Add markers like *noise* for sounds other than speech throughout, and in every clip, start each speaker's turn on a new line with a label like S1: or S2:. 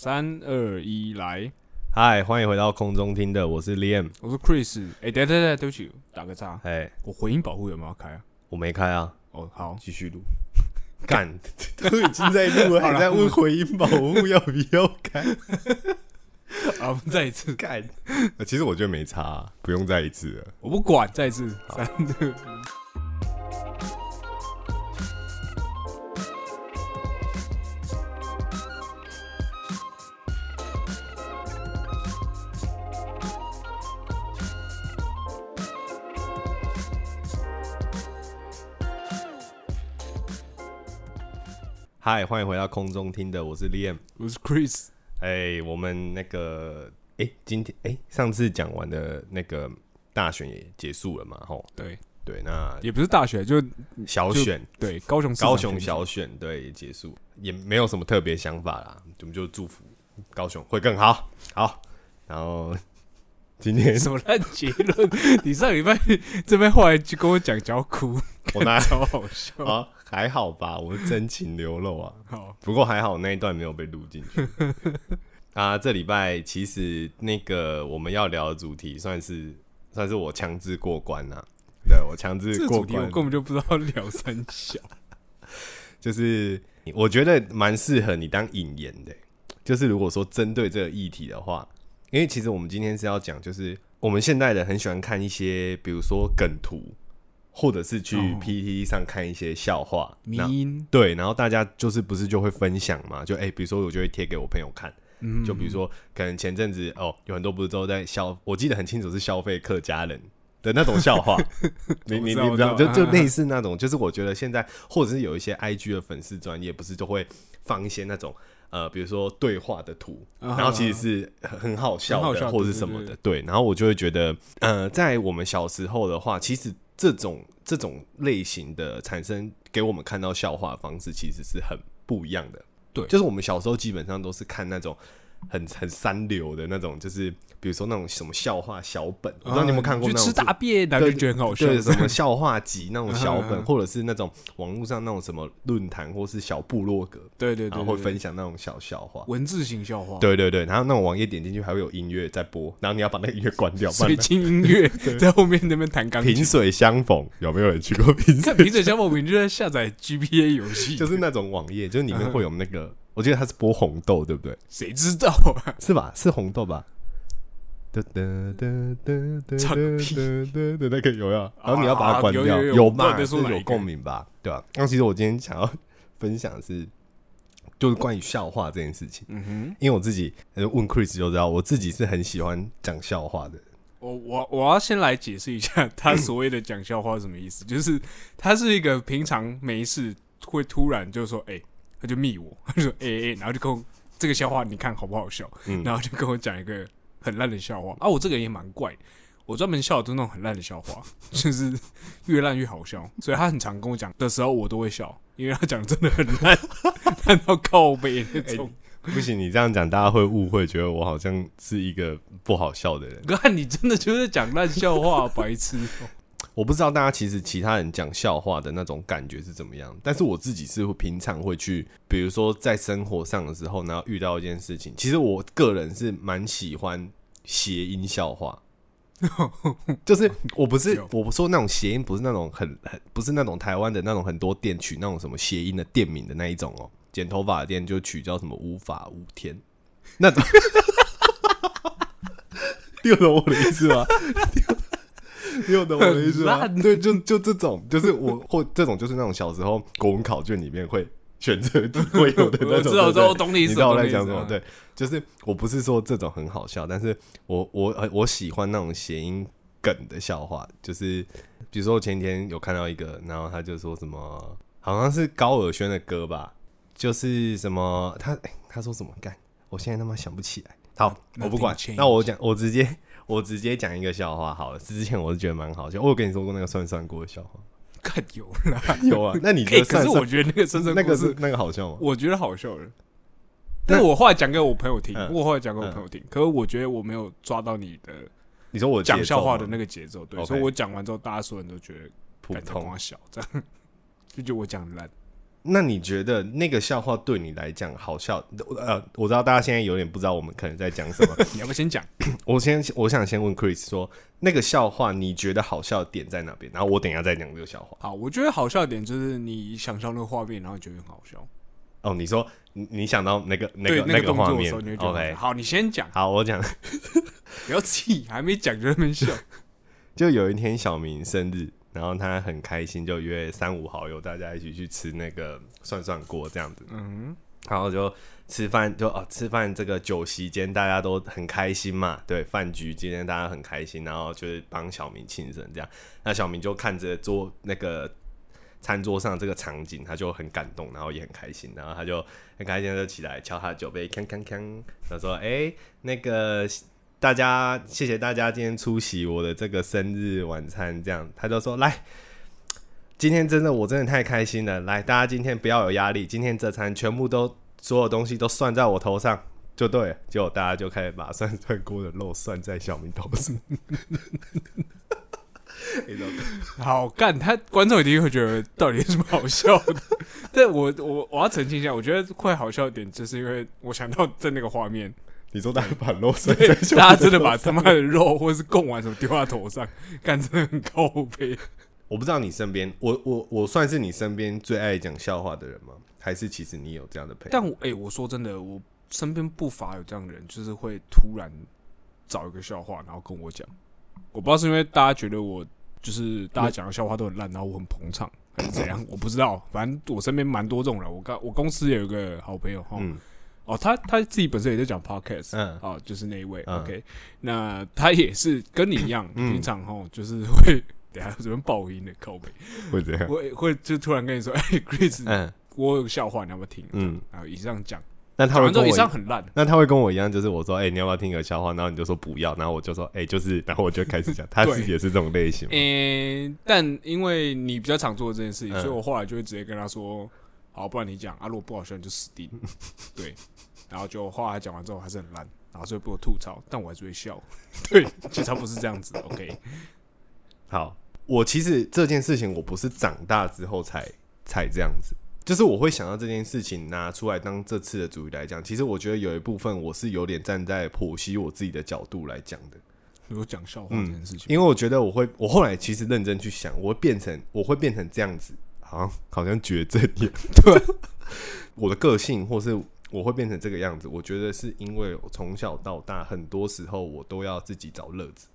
S1: 三二一，来！
S2: 嗨，欢迎回到空中听的，我是 Liam。
S1: 我是 Chris。哎、等一下等一下，对不起，打个岔。
S2: 哎，
S1: 我回音保护有没有开啊？
S2: 我没开啊，
S1: 哦，
S2: *laughs*
S1: 好，
S2: 继续录。 *laughs* 干，都已经在录了，还在问回音保护要不要开？
S1: 啊，我们再一次，
S2: 干， *laughs* 其实我觉得没差啊、不用再一次了。
S1: 我不管，再一次，三二一。
S2: 嗨，欢迎回到空中听的，我是 Liam。
S1: 我是 Chris。
S2: 哎，我们那个，哎，今天，哎，上次讲完的那个大选也结束了嘛？吼，
S1: 对，
S2: 对，那
S1: 也不是大学，就
S2: 小
S1: 就
S2: 选，
S1: 对高雄市长
S2: 高雄
S1: 选举
S2: 小选，对，也结束，也没有什么特别想法啦，我们就祝福高雄会更好，好。然后今
S1: *laughs* *laughs*
S2: 天
S1: 什么烂结论？你上礼拜这边后来就跟我讲脚
S2: *laughs*
S1: 哭，
S2: 我拿
S1: 超好笑。
S2: 啊，还好吧，我是真情流露啊。
S1: 好，
S2: 不过还好那一段没有被录进
S1: *laughs*
S2: 去。啊，这礼拜其实那个我们要聊的主题算是算是我强制过关啦、对我强
S1: 这
S2: 制
S1: 个
S2: 过
S1: 主题我
S2: 关
S1: 根，本就不知道聊三小。
S2: 就是我觉得蛮适合你当引言的欸、就是如果说针对这个议题的话，因为其实我们今天是要讲，就是我们现代人很喜欢看一些，比如说梗图，或者是去
S1: 哦
S2: PTT 上看一些笑话、
S1: 迷
S2: 那
S1: 音，
S2: 对，然后大家就是不是就会分享嘛？就哎、比如说我就会贴给我朋友看，
S1: 嗯
S2: 就比如说可能前阵子哦，有很多不是都在消，我记得很清楚是消费客家人的那种笑
S1: *laughs*
S2: 话，你你
S1: 我知道我
S2: 你知
S1: 知
S2: 道，
S1: 道
S2: 就就
S1: 嗯嗯 *laughs*
S2: 类似那种，就是我觉得现在或者是有一些 IG 的粉丝专业，不是就会放一些那种。呃，比如说对话的图，
S1: 啊
S2: 然后其实是很很好笑
S1: 很好
S2: 的，
S1: 笑
S2: 或者
S1: 对
S2: 是
S1: 对
S2: 什么
S1: 对
S2: 的，对。然后我就会觉得，呃，在我们小时候的话，其实这种这种类型的产生给我们看到笑话的方式，其实是很不一样的。
S1: 对
S2: 就是我们小时候基本上都是看那种很很三流的那种，就是比如说那种什么笑话小本，我不知道你有没有看
S1: 啊
S2: 过
S1: 去
S2: 那种
S1: 吃大便，然后
S2: 对
S1: 就觉得很好笑。
S2: 对，什么笑话集那种小
S1: 嗯嗯
S2: 本，
S1: 嗯
S2: 或者是那种网络上那种什么论坛或是小部落格，
S1: 对对
S2: 然
S1: 对，
S2: 后会
S1: 对
S2: 分享那种小笑话。
S1: 文字型笑话，，
S2: 对对对，然后那种网页点进去还会有音乐在播，然后你要把那个音乐关掉，不
S1: 水
S2: 然
S1: 晶音乐在后面那边弹钢琴
S2: 萍。水相逢，有没有人去过萍水
S1: 看？平水小我们就在下载 GPA 游戏，
S2: 就是那种网页，就是里面会有那个，我记得它是播红豆，对不对？
S1: 谁知道
S2: *laughs*
S1: 啊？
S2: 是吧？是红豆吧？哒哒哒哒哒
S1: 唱
S2: 哒
S1: 个屁
S2: 哒哒，那个有呀，然后你要把它关
S1: 啊
S2: 掉，
S1: 有有有
S2: 有
S1: 我不知道
S2: 吧？
S1: 你在
S2: 就
S1: 说哪一
S2: 是
S1: 个
S2: 有共鸣吧？对吧？那其实我今天想要分享的是，就是关于笑话这件事情，
S1: 嗯哼，
S2: 因为我自己呃问 Chris 就知道，我自己是很喜欢讲笑话的。
S1: 我我我要先来解释一下他所谓的讲笑话是什么意思，就是他是一个平常没事会突然就说，哎、他就密我， *laughs* 他就说，哎、哎、哎然后就跟我这个笑话你看好不好笑，
S2: 嗯
S1: 然后就跟我讲一个很烂的笑话啊，我这个人也蛮怪的。我专门笑的都是那种很烂的笑话， *laughs* 就是越烂越好笑，所以他很常跟我讲的时候，我都会笑，因为他讲得真的很
S2: *laughs*
S1: 烂，烂到靠背那
S2: 哎
S1: 种。
S2: 不行，你这样讲大家会误会，觉得我好像是一个不好笑的人。
S1: 哥，你真的就是讲烂笑话，啊白痴！哦
S2: 我不知道大家其实其他人讲笑话的那种感觉是怎么样，但是我自己是会平常会去，比如说在生活上的时候，然后遇到一件事情，其实我个人是蛮喜欢谐音
S1: *laughs*
S2: 笑话，就是我不是
S1: 有
S2: 我不说那种谐音，不是那种很很不是那种台湾的那种很多店取那种什么谐音的店名的那一种哦，剪头发的店就取叫什么无法无天那 *laughs* 种，你有懂我的意思吗？ *laughs* 你有懂我的意思吗？
S1: 很烂
S2: 对，就就这种，就是我或这种就是那种小时候国文考卷里面会选择题会有的
S1: *laughs*
S2: 那
S1: 我
S2: 种。
S1: 知道我
S2: 对不对
S1: 知道我懂你意思
S2: 你知道我
S1: 我懂
S2: 在
S1: 你意思
S2: 讲什么
S1: 嗯？
S2: 对，就是我不是说这种很好笑，但是我我呃我喜欢那种谐音梗的笑话，就是比如说我前几天有看到一个，然后他就说什么，好像是高尔宣的歌吧，就是什么他、哎他说什么干，我现在他妈想不起来。好，我不管
S1: Nothing changed，
S2: 那我讲我直接 *laughs* 我直接讲一个笑话好了。之前我是觉得蛮好笑，我有跟你说过那个算算锅的笑话
S1: 看有啦，
S2: 有啊？那你
S1: *laughs* 哎、
S2: 的
S1: 可
S2: 算
S1: 是我
S2: 算
S1: 觉得那个深深
S2: 那个是那个好笑吗？
S1: 我觉得好笑的，但我后来讲给我朋友听，
S2: 嗯
S1: 我后来讲给我朋友听，可是我觉得我没有抓到你的
S2: 你说我
S1: 讲笑话的
S2: 节奏吗
S1: 那个节奏，对，
S2: OK
S1: 所以我讲完之后，大家所有人都觉得
S2: 普
S1: 干在 *laughs*
S2: 通
S1: 光小这样，就觉得我讲得烂，
S2: 那你觉得那个笑话对你来讲好笑？呃，我知道大家现在有点不知道我们可能在讲什么。 *laughs*
S1: 你要不要先讲？
S2: 我先，我想先问 Chris 说，那个笑话你觉得好笑的点在哪边？然后我等一下再讲这个笑话。
S1: 好，我觉得好笑的点就是你想象那个画面，然后你觉得很好笑。
S2: 哦，你说你你想到那个那
S1: 对
S2: 个
S1: 那个
S2: 个
S1: 动
S2: 画
S1: 作的
S2: 面
S1: 时候，你会觉得很好笑
S2: ？OK，
S1: 好，你先讲，
S2: 好，我讲。
S1: 不要气，还没讲就在那边笑。
S2: 就有一天小明生日，然后他很开心，就约三五好友大家一起去吃那个涮涮锅这样子。
S1: 嗯，
S2: 然后就吃饭，就啊吃饭这个酒席间大家都很开心嘛，对，饭局今天大家很开心，然后就是帮小明庆生这样。那小明就看着桌那个餐桌上这个场景，他就很感动，然后也很开心，然后他就很开心地就起来敲他的酒杯，锵锵锵，他说：“哎、那个大家谢谢大家今天出席我的这个生日晚餐。”这样他就说：“来，今天真的我真的太开心了，来，大家今天不要有压力，今天这餐全部都所有东西都算在我头上。”就对了，结果大家就开始把涮涮锅的肉算在小明头上。你懂
S1: 好干，他观众一定会觉得到底有什么好笑的。 *laughs* 但我我我要澄清一下，我觉得会好笑的点，就是因为我想到在那个画面，
S2: 你说大家把肉算在小明头上，
S1: 大家真的
S2: *laughs*
S1: 把他妈的肉或是贡丸什么丢在头上，干真的很高悲。
S2: 我不知道你身边，我我我算是你身边最爱讲笑话的人吗？还是其实你有这样的朋友？
S1: 但我哎、我说真的，我身边不乏有这样的人，就是会突然找一个笑话，然后跟我讲。我不知道是因为大家觉得我就是大家讲的笑话都很烂，然后我很捧场，还是怎样？我不知道，反正我身边蛮多这种人。我刚我公司有一个好朋友哈，
S2: 嗯
S1: 哦，他他自己本身也在讲 podcast，
S2: 嗯
S1: 哦，就是那一位、
S2: 嗯
S1: OK，那他也是跟你一样，
S2: 嗯
S1: 平常哈就是会。 *laughs* 等一下这边爆音的靠背，
S2: 会这样？
S1: 会会就突然跟你说，哎、c h r i s
S2: 嗯
S1: 我有个笑话，你要不要听？
S2: 嗯，
S1: 然后以上讲，
S2: 那他
S1: 讲
S2: 会
S1: 完之
S2: 跟
S1: 后以
S2: 我一
S1: 上很烂，
S2: 那他会跟我一样，就是我说，哎、你要不要听个笑话？然后你就说不要，然后我就说，哎、就是，然后我就开始讲，他
S1: 对
S2: 自己也是这种类型吗。
S1: 诶、但因为你比较常做这件事情，
S2: 嗯
S1: 所以我后来就会直接跟他说：“好，不然你讲啊，如果不好笑你就死
S2: *laughs*
S1: 定。”对，然后就后来讲完之后还是很烂，然后所以被我吐槽，但我还是会
S2: *laughs*
S1: 笑。对，其实他不是这样子。OK，
S2: 好，我其实这件事情我不是长大之后才才这样子，就是我会想到这件事情拿出来当这次的主题来讲。其实我觉得有一部分我是有点站在剖析我自己的角度来讲的。
S1: 有讲笑话这件事情，
S2: 因为我觉得我会，我后来其实认真去想，我会变成，我会变成这样子，好像好像绝症一样， *laughs* 对吧，我的个性或是我会变成这个样子，我觉得是因为我从小到大，很多时候我都要自己找乐子，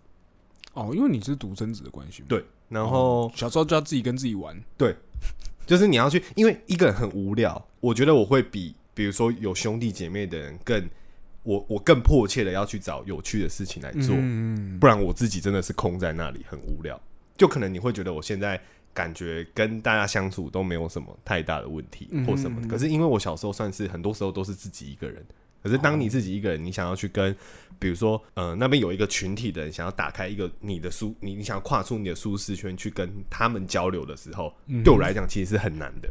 S1: 哦，因为你是独生子的关系嘛。
S2: 对，然后、
S1: 哦，小时候就要自己跟自己玩。
S2: 对，就是你要去，因为一个人很无聊，我觉得我会比，比如说有兄弟姐妹的人更，我我更迫切的要去找有趣的事情来做，
S1: 嗯，
S2: 不然我自己真的是空在那里，很无聊。就可能你会觉得我现在感觉跟大家相处都没有什么太大的问题
S1: 嗯
S2: 或什么的，可是因为我小时候算是很多时候都是自己一个人。可是当你
S1: 哦
S2: 自己一个人，你想要去跟，比如说，呃，那边有一个群体的人，想要打开一个你的舒，你你想要跨出你的舒适圈去跟他们交流的时候，
S1: 嗯
S2: 对我来讲其实是很难的。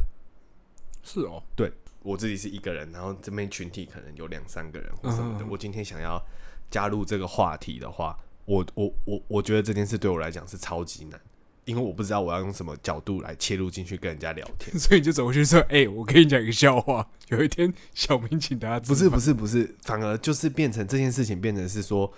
S1: 是哦， *laughs*
S2: 对我自己是一个人，然后这边群体可能有两三个人或什么的。
S1: 嗯
S2: 我今天想要加入这个话题的话，我我我我觉得这件事对我来讲是超级难，因为我不知道我要用什么角度来切入进去跟人家聊
S1: *laughs*
S2: 天。
S1: 所以你就走过去说：“哎、我跟你讲一个笑话。有一天，小明请大家
S2: 不是不
S1: 是，
S2: 是不是，反而就是变成这件事情变成是说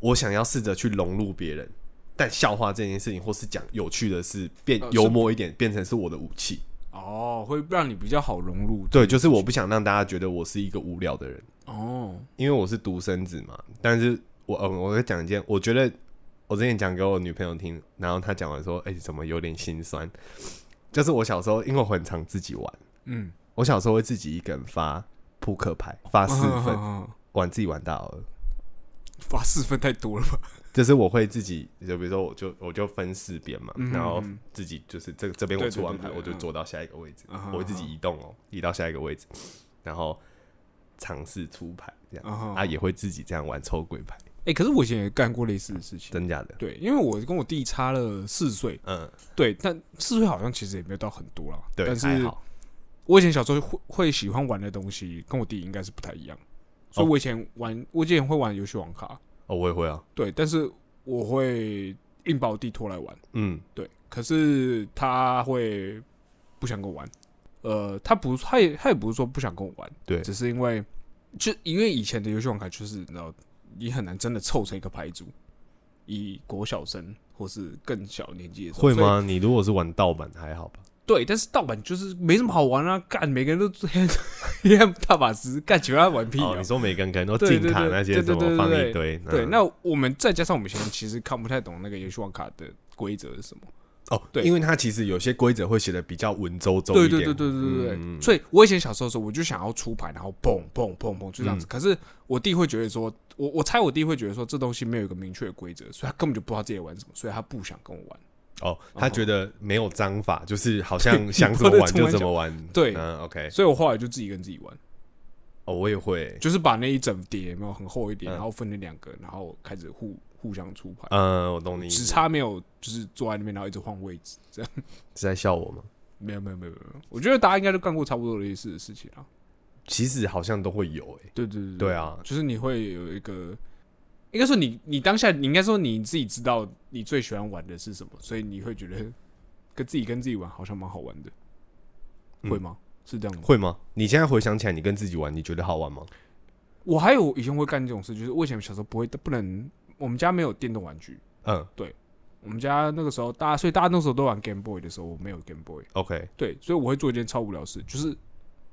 S2: 我想要试着去融入别人，但笑话这件事情或是讲有趣的事变
S1: 呃是
S2: 幽默一点，变成是我的武器。
S1: 哦，会让你比较好融入。
S2: 对，就是我不想让大家觉得我是一个无聊的人。
S1: 哦，
S2: 因为我是独生子嘛，但是我嗯，我会讲一件，我觉得我之前讲给我女朋友听，然后她讲完说，哎、怎么有点心酸？就是我小时候，因为我很常自己玩，
S1: 嗯，
S2: 我小时候会自己一个人发扑克牌，发四
S1: 嗯
S2: 分，
S1: 分，
S2: 玩自己玩大二，
S1: 发四分太多了吧？
S2: 就是我会自己，就比如说我就我就分四边嘛，
S1: 嗯
S2: 然后
S1: 嗯
S2: 自己就是这这边我
S1: 对
S2: 出
S1: 对
S2: 完
S1: 对
S2: 牌，
S1: 对
S2: 我就
S1: 嗯
S2: 坐到下一个位置，
S1: 啊哈
S2: 我会自己
S1: 啊哈
S2: 移动哦，移到下一个位置，然后尝试出牌这样，
S1: 啊
S2: 啊，也会自己这样玩抽鬼牌，
S1: 哎，可是我以前也干过类似的事情。
S2: 真假的？
S1: 对，因为我跟我弟差了四岁，
S2: 嗯，
S1: 对，但四岁好像其实也没有到很多啦。
S2: 对，
S1: 但
S2: 还
S1: 是
S2: 好
S1: 我以前小时候会会喜欢玩的东西，跟我弟应该是不太一样。所以我以前玩，我以前会玩游戏网卡，
S2: 哦，我也会啊，
S1: 对，但是我会硬把我弟拖来玩，
S2: 嗯，
S1: 对，可是他会不想跟我玩，呃，他不，他也他也不是说不想跟我玩，
S2: 对
S1: 只是因为就因为以前的游戏网卡就是你知道，你很难真的凑成一个牌组，以国小生或是更小年纪的时候
S2: 会？
S1: 所以
S2: 吗？你如果是玩盗版还好吧？
S1: 对，但是盗版就是没什么好玩啊，干每个人都 *laughs* 黑暗大法师，干喜欢玩屁
S2: 哦，
S1: 啊
S2: 你。说每个人可能都
S1: 对对
S2: 禁
S1: 对
S2: 卡那些
S1: 对
S2: 什
S1: 对
S2: 么
S1: 对
S2: 放
S1: 对
S2: 一堆，
S1: 对，
S2: 嗯
S1: 那我们再加上我们以前其实看不太懂那个游戏网卡的规则是什么。
S2: 哦，
S1: 对
S2: 因为它其实有些规则会写的比较文绉绉
S1: 对
S2: 一点，
S1: 对对对对对对，
S2: 嗯
S1: 所以我以前小时候的时候，我就想要出牌，然后砰砰砰砰就这样子。可是我弟会觉得说，我我猜我弟会觉得说，这东西没有一个明确的规则，所以他根本就不知道自己在玩什么，所以他不想跟我玩。
S2: 哦，他觉得没有章法，就是
S1: *laughs*
S2: 好像想怎么玩就怎么玩，
S1: 对
S2: 嗯，OK，
S1: 所以我后来就自己跟自己玩，
S2: 哦，我也会，
S1: 就是把那一整叠有没有很厚一叠，
S2: 嗯
S1: 然后分成两个，然后开始互互相出牌，
S2: 嗯，我懂你意思，
S1: 只差没有就是坐在那边然后一直换位置这样。
S2: 是在笑我吗？
S1: 没有没有没有没有没有，我觉得大家应该都干过差不多类似的事情啊。
S2: 其实好像都会有，诶，
S1: 对对对
S2: 对啊
S1: 就是你会有一个，应该说你你当下你应该说你自己知道你最喜欢玩的是什么，所以你会觉得跟自己跟自己玩好像蛮好玩的，
S2: 嗯
S1: 会吗？是这样吗？
S2: 会吗？你现在回想起来，你跟自己玩，你觉得好玩吗？
S1: 我还有以前会干这种事，就是我以前小时候不会不能，我们家没有电动玩具，
S2: 嗯
S1: 我们家那个时候大家所以大家那时候都玩 Game Boy 的时候，我没有 Game Boy，
S2: ，OK，
S1: 对，所以我会做一件超无聊的事，就是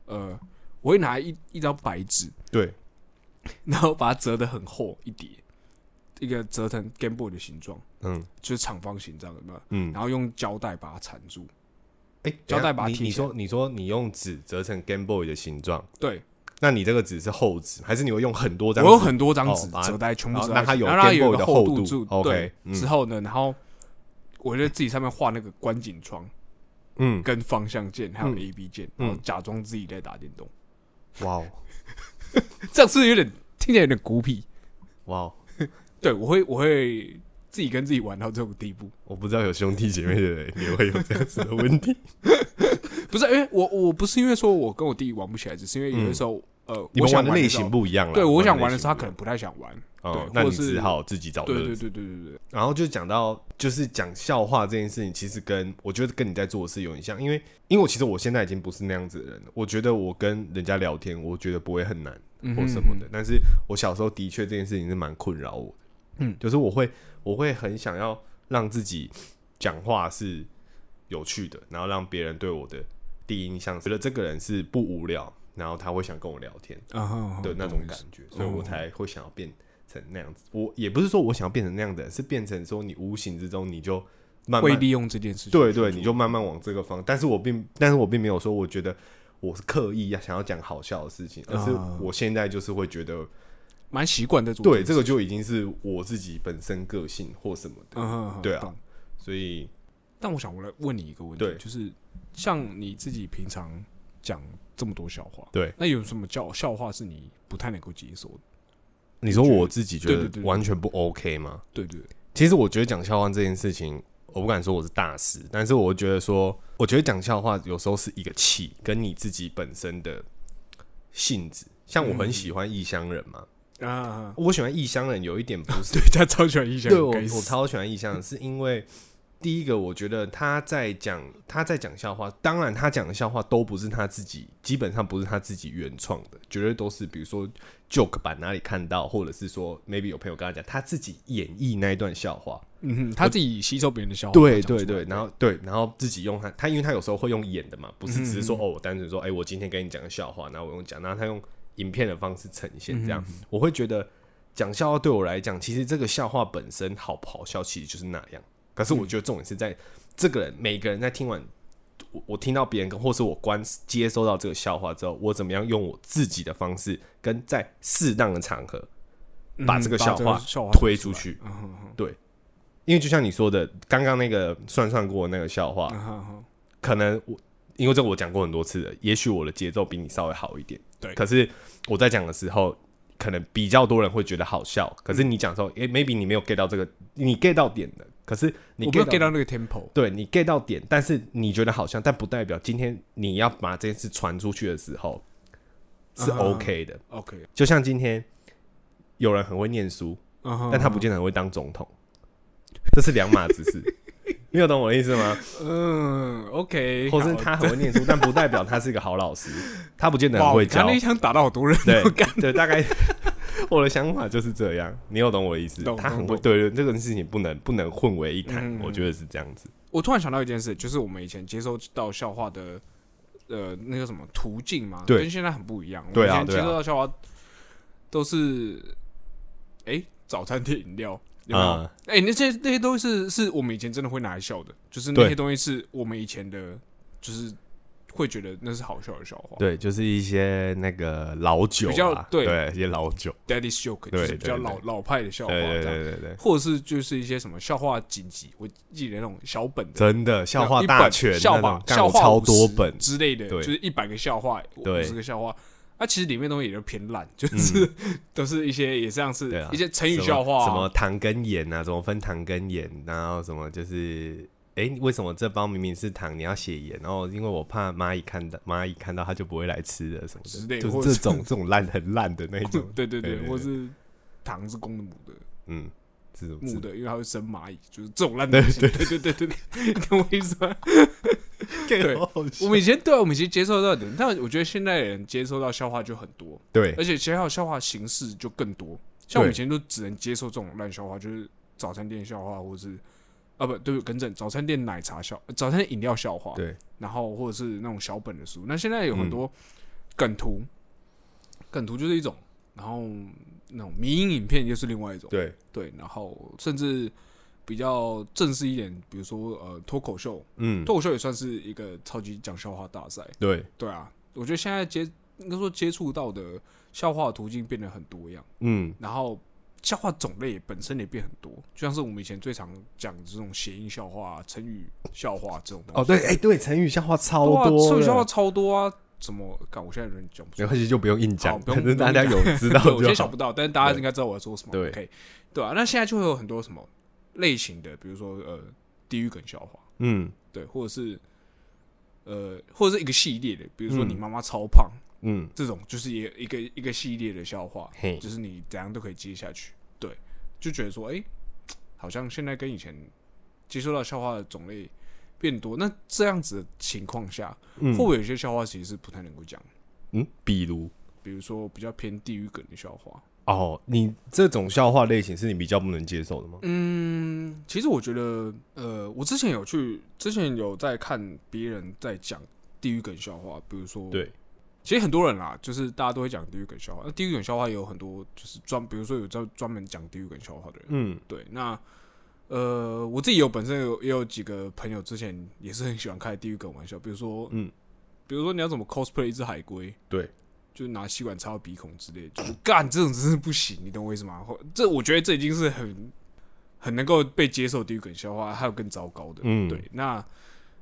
S1: 呃，我会拿一一张白纸，
S2: 对，
S1: 然后把它折得很厚一叠，一个折成 Game Boy 的形状。
S2: 嗯
S1: 就是长方形这样，有没有？
S2: 嗯，
S1: 然后用胶带把它缠住。
S2: 哎，
S1: 胶带
S2: 等一下
S1: 把它
S2: 你
S1: 贴
S2: 你
S1: 起来
S2: 说你说你用纸折成 Game Boy 的形状，
S1: 对，
S2: 那你这个纸是厚纸，还是你会用很多
S1: 我
S2: 张纸？
S1: 有很多张纸
S2: 哦把它
S1: 折带，全部
S2: 然后
S1: 折在
S2: 让它
S1: 一起
S2: 有
S1: 然后让它
S2: Game
S1: 有
S2: Boy
S1: 一个
S2: 的厚
S1: 度
S2: 度
S1: 住。
S2: OK，
S1: 对，
S2: 嗯
S1: 之后呢，然后我就自己上面画那个观景窗、
S2: 嗯，
S1: 跟方向键还有
S2: 嗯
S1: A B 键，
S2: 嗯
S1: 然后假装自己在打电动， *laughs*
S2: 哇哦
S1: 这样是不是有点听起来有点孤僻？
S2: 哇哦，
S1: 对，我会我会自己跟自己玩到这种地步，
S2: 我不知道有兄弟姐妹的人也会有这样子的问题。
S1: 不是因为我我不是因为说我跟我弟玩不起来，只是因为有的时候、呃，
S2: *laughs* 嗯你
S1: 我
S2: 们
S1: 想
S2: 玩的类型
S1: 时候，
S2: 不一样了。
S1: 对我想玩
S2: 的
S1: 的
S2: 类
S1: 时候，他
S2: 型
S1: 可能不太想玩。
S2: 不一样，哦
S1: 对
S2: 那
S1: 或
S2: 你
S1: 者是
S2: 只好自己找
S1: 对
S2: 乐
S1: 对对
S2: 子。
S1: 对对对，
S2: 然后就讲到，就是讲笑话这件事情，其实跟我觉得跟你在做的事有点像，因为因为我其实我现在已经不是那样子的人了。我觉得我跟人家聊天，我觉得不会很难
S1: 嗯
S2: 或
S1: 哼
S2: 什么的。但是我小时候的确这件事情是蛮困扰我的，
S1: 嗯，
S2: 就是我会我会很想要让自己讲话是有趣的，然后让别人对我的第一印象是觉得这个人是不无聊，然后他会想跟我聊天。
S1: 啊哈哈
S2: 的那
S1: 懂
S2: 种
S1: 意
S2: 感
S1: 思
S2: 觉，嗯所以我才会想要变成那样子。我也不是说我想要变成那样的人，是变成说你无形之中你就慢
S1: 会
S2: 慢
S1: 利用这件事情去做。
S2: 对对，你就慢慢往这个方。但是我并，但是我并没有说我觉得我是刻意啊想要讲好笑的事情，而是
S1: 啊
S2: 我现在就是会觉得，
S1: 蛮习惯在做。
S2: 对这个就已经是我自己本身个性或什么的，
S1: 嗯哼，哼
S2: 对啊。
S1: 懂
S2: 所以
S1: 但我想我来问你一个问题
S2: 对，
S1: 就是像你自己平常讲这么多笑话，
S2: 对，
S1: 那有什么叫笑话是你不太能够接受的？
S2: 你说我自己觉
S1: 对对
S2: 得
S1: 对对
S2: 完全不 OK 吗？
S1: 对对，对
S2: 其实我觉得讲笑话这件事情，我不敢说我是大师，但是我觉得说，我觉得讲笑话有时候是一个气，跟你自己本身的性质。像我很喜欢异乡人嘛，
S1: 啊啊， *laughs* 啊
S2: 嗯我喜欢异乡人有一点不是， *laughs*
S1: 对，他超喜欢印象，
S2: 对我
S1: 该死
S2: 我超喜欢异乡人，是因为第一个，我觉得他在讲他在讲笑话，当然他讲的笑话都不是他自己，基本上不是他自己原创的，绝对都是比如说 joke 版哪里看到，或者是说 maybe 有朋友跟他讲他自己演绎那一段笑话。
S1: 嗯哼，他自己吸收别人的笑话，
S2: 对
S1: 他讲
S2: 对
S1: 出来
S2: 对，然后对，然后自己用他，他因为他有时候会用演的嘛，不是只是说、哦，我单纯说，哎、我今天跟你讲个笑话，然后我用讲，然后他用影片的方式呈现，这样、我会觉得讲笑话对我来讲，其实这个笑话本身好不好笑，其实就是那样。可是我觉得重点是在、这个人，每个人在听完我我听到别人跟或是我观接收到这个笑话之后，我怎么样用我自己的方式，跟在适当的场合
S1: 嗯
S2: 把这个
S1: 把
S2: 笑
S1: 这个
S2: 话
S1: 笑话
S2: 推
S1: 讲
S2: 出
S1: 出
S2: 去。
S1: 嗯哼哼
S2: 因为就像你说的，刚刚那个算算过的那个笑话，
S1: 嗯哼哼，
S2: 可能我因为这个我讲过很多次了，也许我的节奏比你稍微好一点，
S1: 对
S2: 可是我在讲的时候，可能比较多人会觉得好笑，可
S1: 嗯
S2: 是你讲的时候，诶、m a y b e 你没有 get 到这个，你 get 到点的，可是你
S1: 我没有
S2: get
S1: get 到
S2: 到。
S1: 那个 tempo，
S2: 对你 get 到点，但是你觉得好像，但不代表今天你要把这件事传出去的时候是
S1: 啊
S2: OK 的。
S1: ，OK，
S2: 就像今天有人很会念书，
S1: 但
S2: 但他不见得很会当总统，这是两码子事。你有懂我的意思
S1: *laughs*
S2: 吗？
S1: 嗯，OK，
S2: 或是
S1: 好
S2: 他很会念书，但不代表他是一个好老师，他不见得
S1: 哇
S2: 很会
S1: 你看
S2: 教
S1: 那。一枪打到好多人， *laughs*
S2: 对对，大概我的想法就是这样，你有懂我的意思
S1: 懂？
S2: 他很
S1: 懂
S2: 会，
S1: 懂
S2: 对对，这个事情不能不能混为一谈
S1: 嗯，
S2: 我觉得是这样子。
S1: 我突然想到一件事，就是我们以前接收到笑话的呃那个什么途径嘛，
S2: 对
S1: 跟现在很不一样。
S2: 对
S1: 我
S2: 啊
S1: 们以前接
S2: 对啊
S1: 收到笑话都是哎、诶早餐店饮料。有没有？
S2: 啊，
S1: 哎、那些那些东西是是我们以前真的会拿来笑的，就是那
S2: 对
S1: 些东西是我们以前的，就是会觉得那是好笑的笑话。
S2: 对，就是一些那个老酒
S1: 比较
S2: 啊，
S1: 对
S2: 对，一些老酒，
S1: Daddy's joke
S2: 对
S1: 就是比较
S2: 对对
S1: 老老派的笑话，
S2: 对对
S1: 这样，
S2: 对对对，
S1: 或者是就是一些什么笑话紧急，我记得那种小本的
S2: 真的笑话
S1: 啊一
S2: 大
S1: 本
S2: 全，
S1: 笑
S2: 那
S1: 话
S2: 种
S1: 笑
S2: 干
S1: 话
S2: 超
S1: 50
S2: 多本，
S1: 之类的，
S2: 对
S1: 就是一百个笑话，五
S2: 对
S1: 十个笑话。那其实里面东西也就偏烂，就是、 *laughs* 都是一些也像是
S2: 嗯对啊
S1: 一些成语
S2: 什么
S1: 笑话啊、
S2: 什
S1: *laughs*
S2: 么糖跟盐啊，怎么分糖跟盐，然后什么就是，哎、为什么这包明明是糖，你要写盐？然后因为我怕蚂蚁看到，蚂蚁看到它就不会来吃的什么
S1: 之
S2: 的，
S1: 类
S2: 就
S1: 或
S2: 是
S1: 者，
S2: 这种这种烂很烂的那种
S1: *laughs* 对对
S2: 对
S1: 对，
S2: 对对
S1: 或是糖是公的母的，
S2: 嗯，这种
S1: 母的，因为它会生蚂蚁，就是这种烂东西。对对对对对， *laughs* 你懂我意思
S2: *laughs*
S1: 吗？对我们以前对啊，我们以前接受到的，但我觉得现代人接受到笑话就很多，
S2: 对
S1: 而且接受笑话形式就更多。像我
S2: 对
S1: 们以前都只能接受这种烂笑话，就是早餐店笑话，或是啊不对，更正，早餐店奶茶笑，早餐店饮料笑话，
S2: 对嗯
S1: 然后或者是那种小本的书。那现在有很多梗图，梗图就是一种，然后那种迷因影片又是另外一种，
S2: 对，
S1: 对然后甚至比较正式一点，比如说呃脱口秀，
S2: 嗯
S1: 脱口秀也算是一个超级讲笑话大赛，
S2: 对，
S1: 对啊，我觉得现在接应该说接触到的笑话途径变得很多样，
S2: 嗯
S1: 然后笑话种类也本身也变很多，就像是我们以前最常讲的这种谐音笑话、啊成语笑话这种东西。
S2: 哦对，哎、对，成语笑话哦超
S1: 对啊，
S2: 多，
S1: 成语笑话，超多啊！怎么？干，我现在有点讲不出
S2: 没
S1: 来。
S2: 关系，就不用硬讲
S1: 好，不用
S2: 反 *laughs* 正大家有知道
S1: 对我今
S2: 就
S1: 天想
S2: 好
S1: 不。到，但是大家
S2: 对
S1: 应该知道我在说什么。
S2: 对
S1: ，OK，对啊，那现在就会有很多什么类型的，比如说呃，地狱梗笑话，
S2: 嗯
S1: 对，或者是呃，或者是一个系列的，比如说
S2: 嗯
S1: 你妈妈超胖，
S2: 嗯，
S1: 这种就是也一个一个系列的笑话，
S2: 嘿，
S1: 就是你怎样都可以接下去。对，就觉得说，哎、好像现在跟以前接收到笑话的种类变多。那这样子的情况下，
S2: 嗯
S1: 会不会有些笑话其实是不太能够讲？
S2: 嗯，比如。
S1: 比如说比较偏地域梗的笑话。
S2: 哦，你这种笑话类型是你比较不能接受的吗？
S1: 嗯，其实我觉得，呃，我之前有去，之前有在看别人在讲地域梗笑话，比如说，
S2: 对，
S1: 其实很多人啦，就是大家都会讲地狱梗笑话。那地狱梗笑话也有很多，就是专，比如说有专专门讲地狱梗笑话的人。
S2: 嗯，
S1: 对，那呃，我自己有本身有也有几个朋友之前也是很喜欢开地狱梗玩笑，比如说，
S2: 嗯，
S1: 比如说你要怎么 cosplay 一只海龟，
S2: 对，
S1: 就拿吸管插到鼻孔之类的，就是干这种真是不行，你懂我意思吗？或这我觉得这已经是很很能够被接受地狱梗笑话，还有更糟糕的。
S2: 嗯
S1: 对，那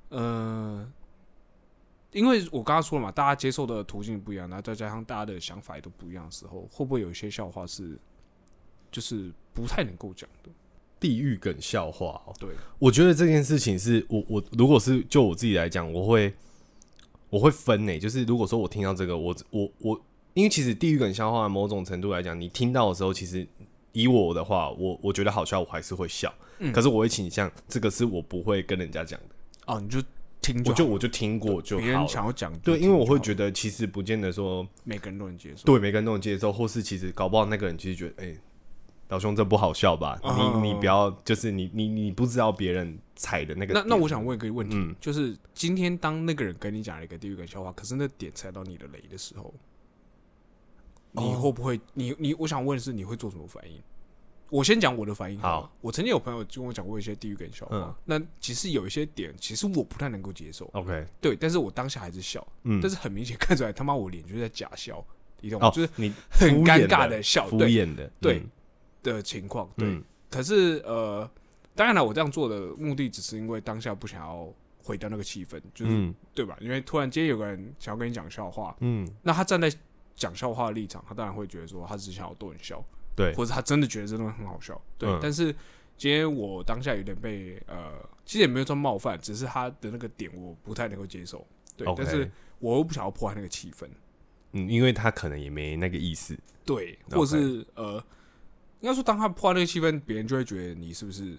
S1: 呃，因为我刚刚说了嘛，大家接受的途径不一样，然后再加上大家的想法也都不一样的时候，会不会有一些笑话是就是不太能够讲的？
S2: 地狱梗笑话、哦，
S1: 对，
S2: 我觉得这件事情是我我如果是就我自己来讲，我会我会分呢、就是如果说我听到这个，我我我，因为其实地狱梗笑话某种程度来讲，你听到的时候，其实以我的话，我我觉得好笑，我还是会笑，
S1: 嗯
S2: 可是我会倾向这个是我不会跟人家讲的，
S1: 哦，你就听
S2: 我
S1: 就
S2: 就我就听过就
S1: 别
S2: 好
S1: 人
S2: 了。
S1: 想要讲就
S2: 对，
S1: 听
S2: 因为我
S1: 就
S2: 会
S1: 好
S2: 觉得其实不见得说
S1: 每个人都能接受。
S2: 对每个人都能接受，或是其实搞不好那个人其实觉得，哎、老兄这不好笑吧？
S1: 啊
S2: 你你不要，就是你你你不知道别人踩的那个
S1: 那
S2: 点。嗯
S1: 那我想问一个问题，就是今天当那个人跟你讲了一个地狱梗笑话，可是那点踩到你的雷的时候，
S2: 哦
S1: 你会不会？你你，我想问的是你会做什么反应？我先讲我的反应了
S2: 好，
S1: 我曾经有朋友就跟我讲过一些地狱梗笑话，
S2: 嗯
S1: 那其实有一些点，其实我不太能够接受，
S2: ，OK，
S1: 对，但是我当下还是笑，
S2: 嗯
S1: 但是很明显看出来他妈我脸就是在假笑，你懂吗？
S2: 哦，
S1: 就是
S2: 你
S1: 很
S2: 敷
S1: 尴
S2: 衍
S1: 尬的笑
S2: 敷
S1: 对
S2: 衍的，
S1: 对
S2: 嗯
S1: 的情况，对，
S2: 嗯
S1: 可是呃，当然了，我这样做的目的只是因为当下不想要毁掉那个气氛，就是、
S2: 嗯
S1: 对吧？因为突然间有个人想要跟你讲笑话，
S2: 嗯，
S1: 那他站在讲笑话的立场，他当然会觉得说他只是想要逗你笑，
S2: 对，
S1: 或者他真的觉得这东西很好笑，对。
S2: 嗯
S1: 但是今天我当下有点被呃，其实也没有说冒犯，只是他的那个点我不太能够接受，对。
S2: OK
S1: 但是我又不想要破坏那个气氛，
S2: 嗯，因为他可能也没那个意思，
S1: 对，
S2: OK
S1: 或是呃，应该说当他破坏那个气氛，别人就会觉得你是不是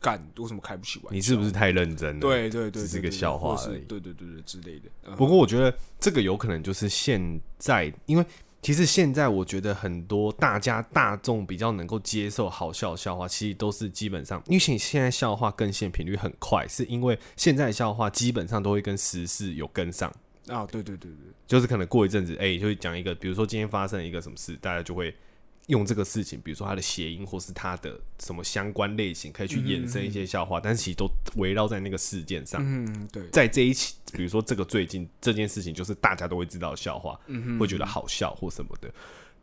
S1: 干为什么开不起玩笑？
S2: 你是不是太认真了？。
S1: 对对对，
S2: 只是
S1: 对
S2: 个
S1: 对
S2: 笑话
S1: 或是
S2: 而已
S1: 对对对对之类的。嗯
S2: 不过我觉得这个有可能就是现在，因为其实现在我觉得很多大家大众比较能够接受好笑的笑话，其实都是基本上，因为现现在笑话更新的频率很快，是因为现在的笑话基本上都会跟时事有跟上，
S1: 啊，对对对对，
S2: 就是可能过一阵子，哎、就会讲一个，比如说今天发生了一个什么事，大家就会。用这个事情，比如说它的谐音，或是它的什么相关类型，可以去衍生一些笑话，但是其实都围绕在那个事件上。
S1: 嗯，对，
S2: 在这一期，比如说这个最近这件事情，就是大家都会知道的笑话，
S1: 嗯
S2: 会觉得好笑或什么的。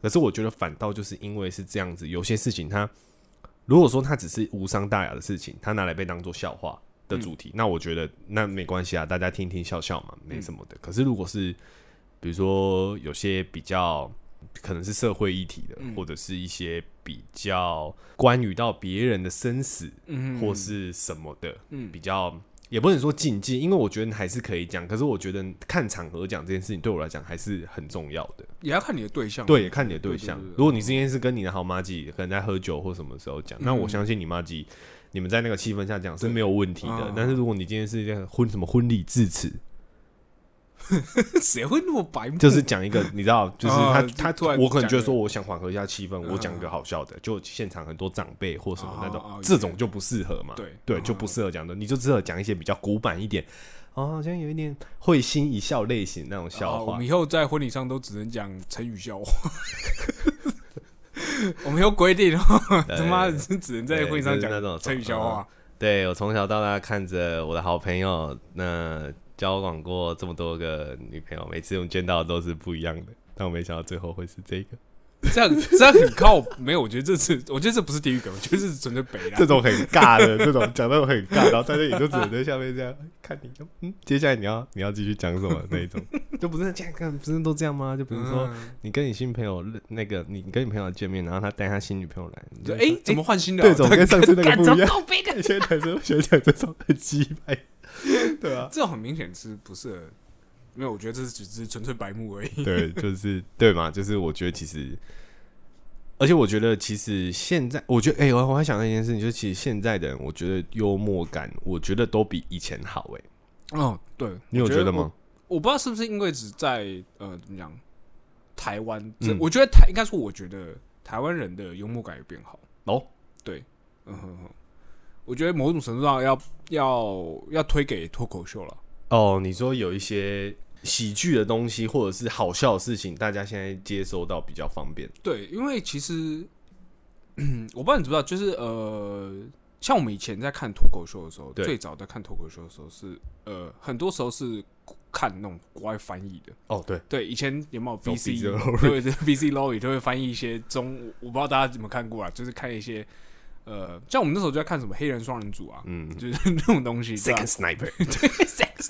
S2: 可是我觉得反倒就是因为是这样子，有些事情它如果说它只是无伤大雅的事情，它拿来被当做笑话的主
S1: 嗯
S2: 题，那我觉得那没关系啊，大家听听笑笑嘛，没什么
S1: 嗯
S2: 的。可是如果是比如说有些比较可能是社会议题的，
S1: 嗯
S2: 或者是一些比较关于到别人的生死，
S1: 嗯
S2: 或是什么的，
S1: 嗯
S2: 比较也不能说禁忌，因为我觉得还是可以讲。可是我觉得看场合讲这件事情对我来讲还是很重要的。
S1: 也要看你的对象。
S2: 对，也看你的对象
S1: 嗯对对对。
S2: 如果你今天是跟你的好妈鸡，可能在喝酒或什么时候讲，那我
S1: 嗯
S2: 相信你妈鸡，你们在那个气氛下讲是没有问题的
S1: 嗯。
S2: 但是如果你今天是这样婚什么婚礼致辞，
S1: *laughs* 谁会那么白目？
S2: 就是讲一个，你知道，就是他
S1: 啊就
S2: 他
S1: 突然
S2: 我可能
S1: 讲
S2: 觉得
S1: 一个
S2: 说，我想缓和一下气氛，
S1: 嗯
S2: 我讲一个好笑的，就现场很多长辈或什么
S1: 哦
S2: 那
S1: 哦
S2: 种
S1: 哦，
S2: 这种就不适合嘛，
S1: 对
S2: 对，
S1: 嗯
S2: 就不适合讲的，你就适合讲一些比较古板一点，哦，好像有一点会心一笑类型那种
S1: 啊
S2: 笑
S1: 我
S2: 话
S1: 们，以后在婚礼上都只能讲成语笑话。 *laughs* 我们有规定哦，他妈的只能在
S2: 对
S1: 婚礼上
S2: 就是
S1: 讲
S2: 那种
S1: 成语笑话。
S2: 对我从小到大看着我的好朋友，那交往过这么多个女朋友，每次我们见到的都是不一样的，但我没想到最后会是这个，
S1: 这样这样很靠没有，我觉得这是我觉得这不是地狱梗，我觉得这是纯粹北啦
S2: *laughs* 这。种很尬的，这种讲那种很尬，然后大家也就只能在下面这样看你。嗯，接下来你要你要继续讲什么那一种， *laughs* 就不是这样看，不是都这样吗？就比如说
S1: 嗯
S2: 你跟你新朋友认那个，你跟你朋友见面，然后他带他新女朋友来，你
S1: 就
S2: 就
S1: 哎、怎么换新的、啊？
S2: 对，怎么跟上次那个不一 *laughs* 样？
S1: 告别
S2: 现在男生喜欢讲这种很鸡掰，对啊，
S1: 这种很明显是不适合。没有，我觉得这是只是纯粹白目而已。
S2: 对，就是对嘛，就是我觉得其实，而且我觉得其实现在，我觉得哎、我我还想到一件事情，就是其实现在的人，我觉得幽默感，我觉得都比以前好哎、
S1: 哦，对，
S2: 你有
S1: 我
S2: 觉
S1: 觉
S2: 得
S1: 得
S2: 吗？
S1: 我不知道是不是因为只在呃怎么讲，台湾这、
S2: 嗯
S1: 我觉得台应该说，我觉得台湾人的幽默感也变好。
S2: 哦，
S1: 对，嗯哼哼，我觉得某种程度上要要要推给脱口秀了。
S2: 哦，你说有一些喜剧的东西或者是好笑的事情，大家现在接收到比较方便。
S1: 对，因为其实， *clears throat* 嗯，我不知道你知不知道，就是呃，像我们以前在看脱口秀的时候，
S2: 对
S1: 最早在看脱口秀的时候是呃，很多时候是看那种国外翻译的。
S2: 哦，对，
S1: 对，以前有没有
S2: 走
S1: VC？
S2: BC
S1: 对对，VC Lowy 都会翻译一些中，我不知道大家有没有看过啊，就是看一些呃，像我们那时候就在看什么黑人双人组啊，
S2: 嗯
S1: 就是 *laughs* 那种东西。对啊吧
S2: ，Second Sniper，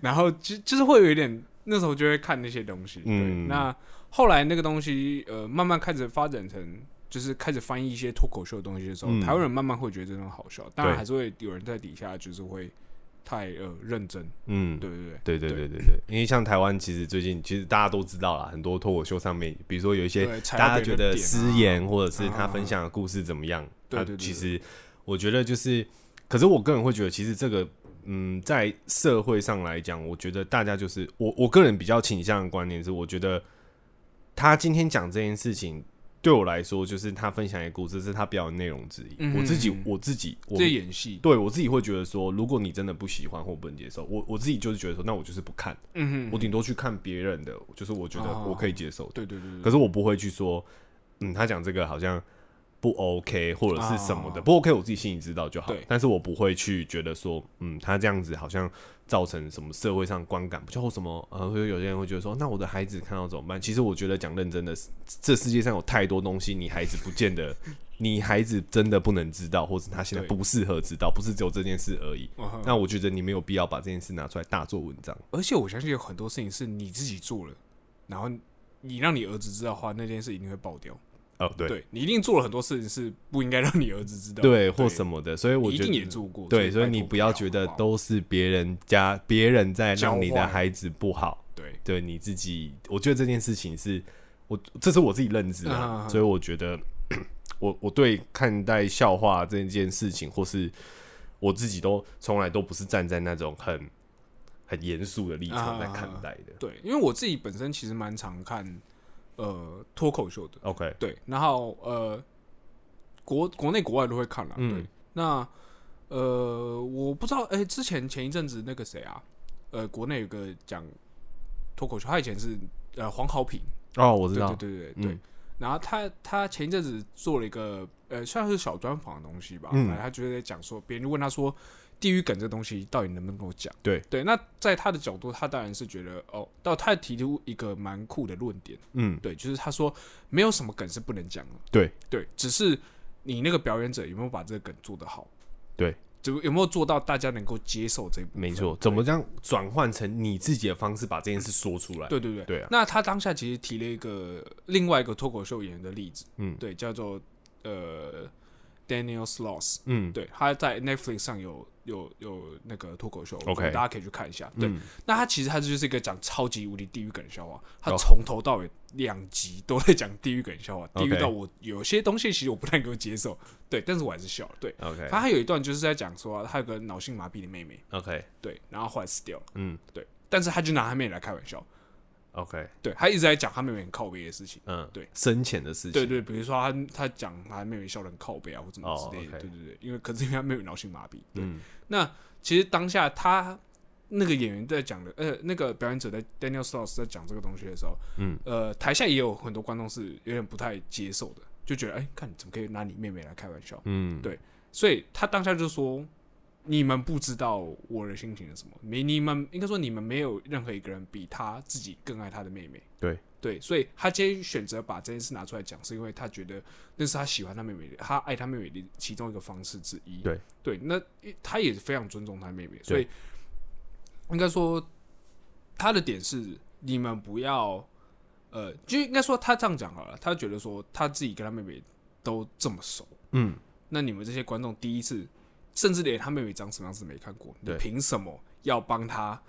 S1: 然后就就是会有一点，那时候就会看那些东西。对，
S2: 嗯
S1: 那后来那个东西呃，慢慢开始发展成，就是开始翻译一些脱口秀的东西的时候，
S2: 嗯
S1: 台湾人慢慢会觉得这种好笑，当然
S2: 对
S1: 还是会有人在底下就是会太呃认真，
S2: 嗯，
S1: 对对对。
S2: 对对对对对，因为像台湾其实最近其实大家都知道啦，很多脱口秀上面，比如说有一些
S1: 对踩到
S2: 大家
S1: 别
S2: 觉
S1: 人的
S2: 得
S1: 点啊
S2: 失言，或者是他
S1: 啊
S2: 分享的故事怎么样，
S1: 对
S2: 那
S1: 对对对
S2: 其实我觉得就是，可是我个人会觉得，其实这个嗯，在社会上来讲，我觉得大家就是我我个人比较倾向的观念是，我觉得他今天讲这件事情。对我来说，就是他分享一个故事，这是他表演内容之一。
S1: 嗯
S2: 我自己
S1: 嗯，
S2: 我自己，我
S1: 这演戏，
S2: 对我自己会觉得说，如果你真的不喜欢或不能接受，我我自己就是觉得说，那我就是不看，
S1: 嗯
S2: 我
S1: 哼，
S2: 顶多去看别人的，就是我觉得
S1: 哦
S2: 我可以接受的。
S1: 对对对对，
S2: 可是我不会去说，嗯，他讲这个好像不 OK 或者是什么的，
S1: 哦
S2: 不 OK 我自己心里知道就好
S1: 对。
S2: 但是我不会去觉得说，嗯，他这样子好像造成什么社会上观感，不就什么呃，会有些人会觉得说，那我的孩子看到怎么办？其实我觉得讲认真的，这世界上有太多东西，你孩子不见得。 *laughs* 你孩子真的不能知道，或者他现在
S1: 对
S2: 不适合知道，不是只有这件事而已。
S1: 嗯哼
S2: 那我觉得你没有必要把这件事拿出来大做文章。
S1: 而且我相信有很多事情是你自己做了，然后你让你儿子知道的话，那件事一定会爆掉。
S2: 哦，对
S1: 对你一定做了很多事情是不应该让你儿子知道的，
S2: 对，或什么的，所以我
S1: 你一
S2: 觉得嗯
S1: 定也做过。
S2: 对，所以
S1: 拜
S2: 你
S1: 托
S2: 不要觉得
S1: 好不好
S2: 都是别人家别人在让你的
S1: 教坏
S2: 孩子不好，
S1: 对，
S2: 对你自己，我觉得这件事情是我这是我自己认知的，
S1: 嗯嗯嗯
S2: 所以我觉得我我对看待笑话这件事情，或是我自己都从来都不是站在那种很很严肃的立
S1: 啊
S2: 场在看待的。
S1: 对，因为我自己本身其实蛮常看呃脱口秀的，
S2: OK，
S1: 对，然后呃国国内国外都会看啦，对
S2: 嗯，
S1: 那呃我不知道，哎、之前前一阵子那个谁啊，呃国内有个讲脱口秀，他以前是呃黄好平，
S2: 哦，我知
S1: 对
S2: 道
S1: 对，对对对。
S2: 嗯
S1: 然后他他前一阵子做了一个呃，算是小专访的东西吧。
S2: 嗯
S1: 嗯，他就是在讲说，别人就问他说，地狱梗这东西到底能不能够讲？
S2: 对
S1: 对，那在他的角度，他当然是觉得哦，到他提出一个蛮酷的论点，
S2: 嗯，
S1: 对，就是他说没有什么梗是不能讲的，
S2: 对
S1: 对，只是你那个表演者有没有把这个梗做得好，
S2: 对，
S1: 就有没有做到大家能够接受这一部分
S2: 没错，怎么这样转换成你自己的方式把这件事说出来？
S1: 对对对
S2: 对啊
S1: 那他当下其实提了一个另外一个脱口秀演员的例子，
S2: 嗯
S1: 对，叫做呃 Daniel Sloss，
S2: 嗯，
S1: 对，他在 Netflix 上有有有那个脱口秀
S2: OK
S1: 我觉得大家可以去看一下。对，
S2: 嗯
S1: 那他其实他就是一个讲超级无敌地狱梗的笑话，他
S2: 哦
S1: 从头到尾两集都在讲地狱梗笑话，地狱
S2: OK
S1: 到我有些东西其实我不太能够接受，对，但是我还是笑了。对，
S2: ，OK
S1: 他还有一段就是在讲说、他有个脑性麻痹的妹妹，
S2: OK，
S1: 对，然后后来死掉了，
S2: 嗯
S1: 对，但是他就拿他妹来开玩笑。
S2: OK，
S1: 对他一直在讲他妹妹很靠背的事情。
S2: 嗯，
S1: 对，
S2: 深浅的事情，
S1: 对对，比如说他他讲他妹妹笑得很靠背啊，或怎么
S2: 哦
S1: 之类的。
S2: OK
S1: 对对对，因为可是因为他妹妹脑性麻痹。对，
S2: 嗯
S1: 那其实当下他那个演员在讲的，呃，那个表演者在 Daniel Sloss 在讲这个东西的时候，
S2: 嗯，
S1: 呃，台下也有很多观众是有点不太接受的，就觉得哎，看你怎么可以拿你妹妹来开玩笑？
S2: 嗯，
S1: 对所以他当下就说。你们不知道我的心情是什么，没你们应该说你们没有任何一个人比他自己更爱他的妹妹。
S2: 对
S1: 对，所以他今天选择把这件事拿出来讲，是因为他觉得那是他喜欢他妹妹的，他爱他妹妹的其中一个方式之一。
S2: 对
S1: 对，那他也非常尊重他妹妹，所以应该说他的点是你们不要，呃，就应该说他这样讲好了，他觉得说他自己跟他妹妹都这么熟，
S2: 嗯，
S1: 那你们这些观众第一次，甚至连他妹妹长什么样子没看过，你
S2: 对
S1: 凭什么要帮他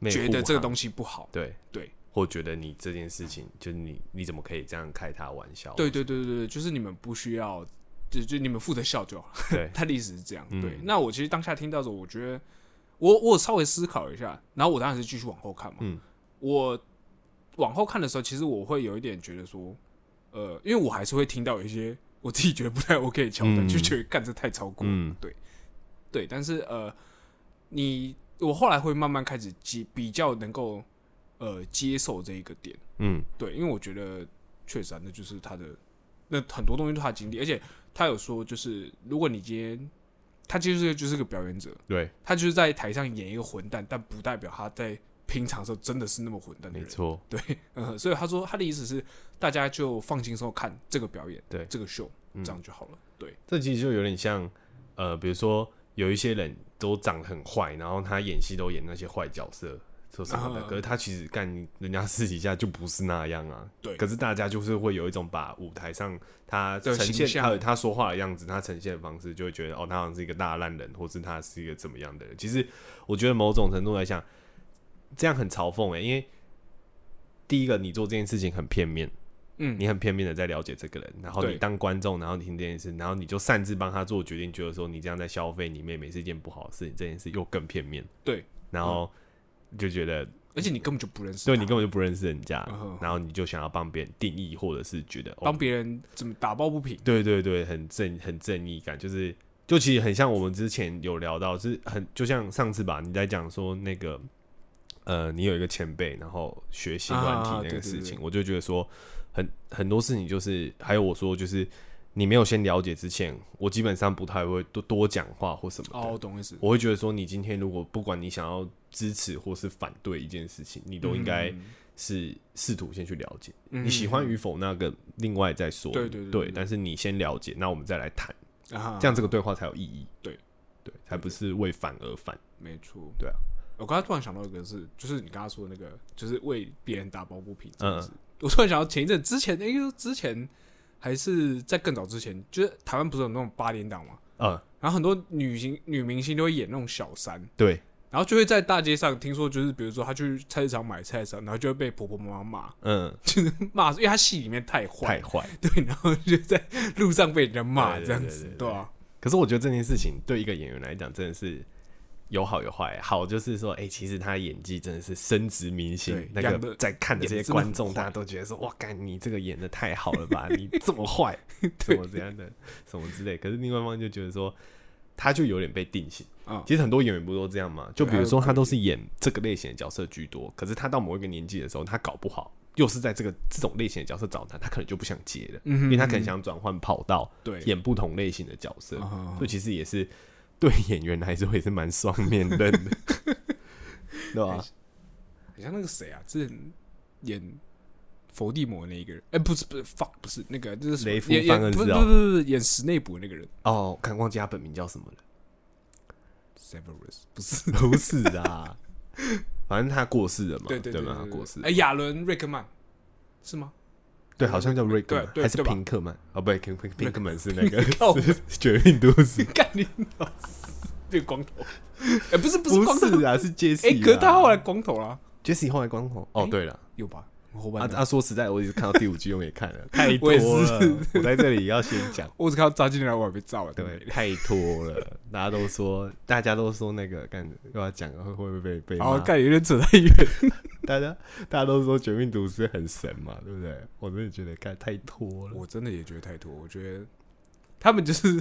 S2: 内
S1: 觉得
S2: 护
S1: 这个
S2: 航
S1: 东西不好？
S2: 对
S1: 对，
S2: 或觉得你这件事情，就是你你怎么可以这样开他玩笑？
S1: 对对对对对，就是你们不需要，就就你们负责笑就好。
S2: 对
S1: *laughs* 他的意思是这样。
S2: 嗯
S1: 对，那我其实当下听到的时候，我觉得我我有稍微思考一下，然后我当然是继续往后看嘛。
S2: 嗯，
S1: 我往后看的时候，其实我会有一点觉得说，呃，因为我还是会听到有一些我自己觉得不太 OK 的桥段，
S2: 嗯
S1: 就觉得干这太超过了。
S2: 嗯
S1: 对，但是呃，你我后来会慢慢开始接比较能够呃接受这一个点。
S2: 嗯
S1: 对，因为我觉得确实啊，那就是他的那很多东西都是他的经历，而且他有说，就是如果你今天他其实就是个表演者，
S2: 对，
S1: 他就是在台上演一个混蛋，但不代表他在平常的时候真的是那么混蛋的
S2: 没
S1: 人。
S2: 错，
S1: 对，嗯，所以他说他的意思是，大家就放轻松看这个表演，
S2: 对
S1: 这个秀，
S2: 嗯
S1: 这样就好了。对，
S2: 这其实就有点像，呃，比如说有一些人都长得很坏，然后他演戏都演那些坏角色。说什么的，
S1: 啊
S2: 可是他其实干人家私底下就不是那样啊。
S1: 对
S2: 可是大家就是会有一种把舞台上他
S1: 的
S2: 呈
S1: 形
S2: 现
S1: 象
S2: 他他说话的样子，他呈现的方式，就会觉得哦，他好像是一个大烂人，或是他是一个怎么样的人。其实我觉得某种程度来讲，这样很嘲讽诶、欸因为第一个你做这件事情很片面，
S1: 嗯
S2: 你很片面的在了解这个人，然后
S1: 对
S2: 你当观众，然后你听这件事，然后你就擅自帮他做决定，觉得说你这样在消费你妹妹是一件不好的事情，这件事又更片面，
S1: 对，
S2: 然
S1: 嗯
S2: 后就觉得
S1: 而且你根本就不认识他，
S2: 嗯对你根本就不认识人家
S1: 嗯哼，
S2: 然后你就想要帮别人定义，或者是觉得哦
S1: 帮，别人怎么打抱不平，
S2: 对对对，很正很正义感，就是就其实很像我们之前有聊到，就是很就像上次吧，你在讲说那个呃，你有一个前辈，然后学习软体
S1: 啊
S2: 那
S1: 对对
S2: 个事情，
S1: 对
S2: 我就觉得说很很多事情就是，还有我说就是你没有先了解之前，我基本上不太会多多讲话或什么的。
S1: 哦，我懂意思，
S2: 我会觉得说，你今天如果不管你想要支持或是反对一件事情，你都应该
S1: 嗯
S2: 是试图先去了解。
S1: 嗯
S2: 你喜欢与否那个另外再说，
S1: 对对对对对
S2: 但是你先了解，那我们再来谈，
S1: 啊
S2: 这样这个对话才有意义。
S1: 对
S2: 对，才不是为反而反。
S1: 没错，
S2: 对啊。
S1: 我刚才突然想到一个是，就是你刚刚说的那个，就是为别人打抱不平这样
S2: 嗯
S1: 子。我突然想到前一阵之前，因为之前还是在更早之前，就是台湾不是有那种八点档嘛，
S2: 呃，
S1: 然后很多女星女明星都会演那种小三，
S2: 对，
S1: 然后就会在大街上听说，就是比如说他去菜市场买菜的时候，然后就会被婆婆妈妈骂， *laughs*
S2: 嗯，
S1: 就是骂，因为他戏里面太坏
S2: 太，坏。
S1: 对，然后就在路上被人家骂
S2: 对对
S1: 这样子
S2: 对对，
S1: 对啊，
S2: 可是我觉得这件事情对一个演员来讲真的是有好有坏。好就是说，哎、其实他演技真的是深植民心
S1: 对。
S2: 那
S1: 养得
S2: 个在看的这
S1: 演得
S2: 些
S1: 真的
S2: 观
S1: 很
S2: 众，
S1: 坏
S2: 大家都觉得说，哇，干你这个演的太好了
S1: *laughs*
S2: 吧，你这么坏，怎么怎样的，什么之类。可是另外一方就觉得说，他就有点被定型。
S1: 啊
S2: 其实很多演员不都这样吗？就比
S1: 还
S2: 如
S1: 有
S2: 说
S1: 个
S2: 他都是演这个类型的角色居多，可是他到某一个年纪的时候，他搞不好又是在这个这种类型的角色找他，他可能就不想接了，
S1: 嗯哼
S2: 因为他可能想转换跑道，
S1: 对
S2: 演不同类型的角色，
S1: 啊哈哈
S2: 所以其实也是 *laughs* 对演员来说也是蛮双面
S1: *laughs*
S2: 刃的，对啊吧、
S1: 很像那个谁啊，之前演伏地魔那一个人，哎、不是不是 fuck 不是那个，就是什么
S2: 雷夫
S1: 演
S2: 范
S1: 演
S2: 恩
S1: 不
S2: 斯
S1: 是
S2: 哦
S1: 不是不是演史内普那个人
S2: 哦，看忘记他本名叫什么了，
S1: Severus 不是，
S2: 不是啊， *laughs* 反正他过世了嘛，
S1: 对对对
S2: 吗？
S1: 对
S2: 他
S1: 对
S2: 过世了，
S1: 哎，亚伦瑞克曼是吗？
S2: 对，好像叫瑞克
S1: 对
S2: 曼
S1: 对
S2: 还是
S1: 对吧
S2: 平克曼？哦，不对，平平平克曼是那
S1: *laughs*
S2: 个
S1: 平克曼
S2: *laughs* 是绝命毒师。
S1: *laughs* 干你老师变光头？ *laughs* 哎、不是不是
S2: 不
S1: 光头，
S2: 是啊，是杰西。
S1: 哎、可是他后来哎光头啦，
S2: Jesse 后来光头。哦，对了，
S1: 有吧？后
S2: 啊
S1: 半段、
S2: 啊，说实在，我一直看到第五季又没看
S1: *laughs*
S2: 了，太
S1: 我
S2: 多
S1: 也是
S2: 了。我在这里要先讲，
S1: 我只看到扎进来，我还被炸了，对不
S2: 对，
S1: 对？
S2: 太拖了。大家都说，大家都说那个干又要讲会会不会被被
S1: 然后
S2: 骂？
S1: 哦干有点扯太远，
S2: 大家大家都说《绝命毒师》很神嘛，对不对？我真的觉得干太拖了。
S1: 我真的也觉得太多，我觉得他们就是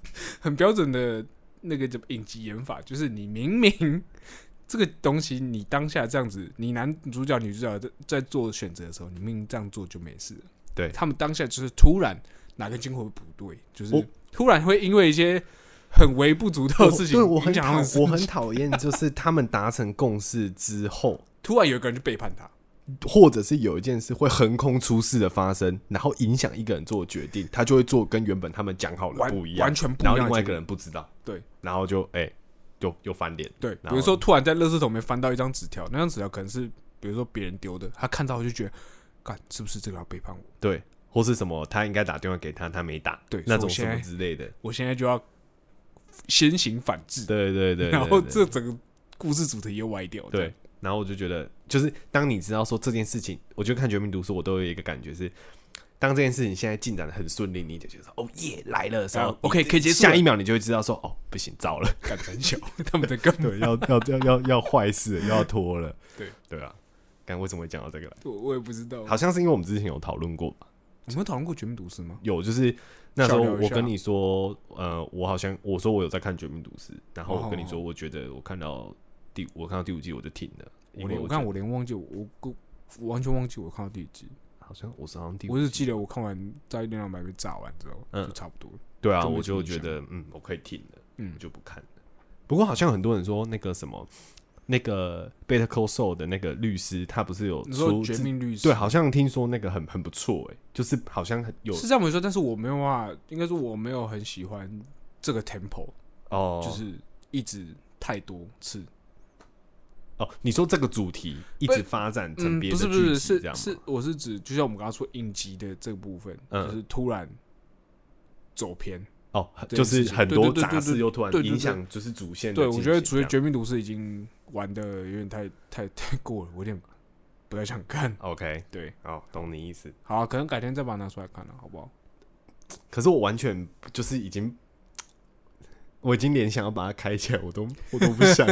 S1: *laughs* 很标准的那个叫影集演法，就是你明明这个东西你当下这样子，你男主角女主角在在做选择的时候，你明明这样做就没事了。
S2: 对
S1: 他们当下就是突然哪个经过不对，就是
S2: 我
S1: 突然会因为一些很微不足道的事情
S2: 对我
S1: 影
S2: 很
S1: 响他
S2: 讨
S1: 们的生
S2: 我
S1: 气，
S2: 很讨厌，就是他们达成共识之后，
S1: 突然有一个人就背叛他。
S2: 或者是有一件事会横空出世的发生，然后影响一个人做决定，他就会做跟原本他们讲好的
S1: 完
S2: 不一样，
S1: 完全不一
S2: 然
S1: 样
S2: 后另
S1: 的
S2: 外一
S1: 结
S2: 个
S1: 果
S2: 人不知道，
S1: 对，
S2: 然后就哎、又又翻脸，
S1: 对，比
S2: 然
S1: 如
S2: 后
S1: 说突然在垃圾桶里面翻到一张纸条，那张纸条可能是比如说别人丢的，他看到就觉得，干是不是这个要背叛我？
S2: 对，或是什么他应该打电话给他，他没打，
S1: 对
S2: 那
S1: 所以我
S2: 种
S1: 现
S2: 什么
S1: 在
S2: 之类的，
S1: 我现在就要先行反制，
S2: 对对对对，
S1: 然后
S2: 对
S1: 这整个故事主题又歪掉。
S2: 对，然后我就觉得，就是当你知道说这件事情，我就看《绝命毒师》，我都有一个感觉是，当这件事情现在进展的很顺利，你就觉得说哦耶来了的时候
S1: 啊，OK，
S2: 你
S1: 可以结束了
S2: 下一秒你就会知道说哦不行， *laughs* 糟了。
S1: 这样，干很小，他们在干嘛？
S2: 对，要要要要要坏事了，又要拖了。
S1: 对
S2: 对啊，刚为什么会讲到这个来？
S1: 我我也不知道。
S2: 好，像是因为我们之前有讨论过吧？
S1: 我们有讨论过《绝命毒师》吗？
S2: 有，就是那时候
S1: 小聊一
S2: 我
S1: 下
S2: 跟你说，呃，我好像我说我有在看《绝命毒师》，然后我跟你说，
S1: 哦
S2: 我觉得我看到第我看到第五季我就停了，因
S1: 我
S2: 为
S1: 连我
S2: 觉
S1: 看
S2: 得
S1: 我连忘记我我我我完全忘记我看到第几集，
S2: 好像我是好像第五
S1: 我只记得我看完《在电脑白》被炸完之后，
S2: 嗯
S1: 就差不多了。
S2: 对啊，
S1: 就没
S2: 我
S1: 什么
S2: 就
S1: 印象
S2: 觉得嗯，我可以停了，
S1: 嗯
S2: 我就不看了。不过好像很多人说那个什么，那个 Better Call Saul 的那个律师，他不是有
S1: 你说
S2: 出
S1: 《绝
S2: 自
S1: 命律师》
S2: 对，好像听说那个很很不错哎、就是好像很有
S1: 是这样没错，但是我没有办法，应该说我没有很喜欢这个 tempo，、
S2: 哦，
S1: 就是一直太多次。
S2: 哦，你说这个主题一直发展成
S1: 嗯，
S2: 别
S1: 不
S2: 的
S1: 是不
S2: 剧
S1: 是
S2: 集这
S1: 是
S2: 样
S1: 是
S2: 吗？，
S1: 我是指就像我们刚刚说影集的这个部分，
S2: 嗯
S1: 就是突然走偏。
S2: 哦，
S1: 对
S2: 就是
S1: 是是
S2: 很
S1: 对
S2: 多
S1: 对对
S2: 杂
S1: 对
S2: 事
S1: 对
S2: 又突然
S1: 对对
S2: 影
S1: 对
S2: 响，就是主线的
S1: 对，
S2: 进
S1: 我
S2: 行
S1: 觉
S2: 这
S1: 得
S2: 样。
S1: 《主绝命毒师》已经玩的有点太太太过了，我有点不太想看。
S2: OK，
S1: 对，
S2: 哦，懂你意思。
S1: 好啊、可能改天再把它拿出来看了，啊好不好？
S2: 可是我完全就是已经，我已经连想要把它开起来，我都我都不
S1: *laughs*
S2: 想。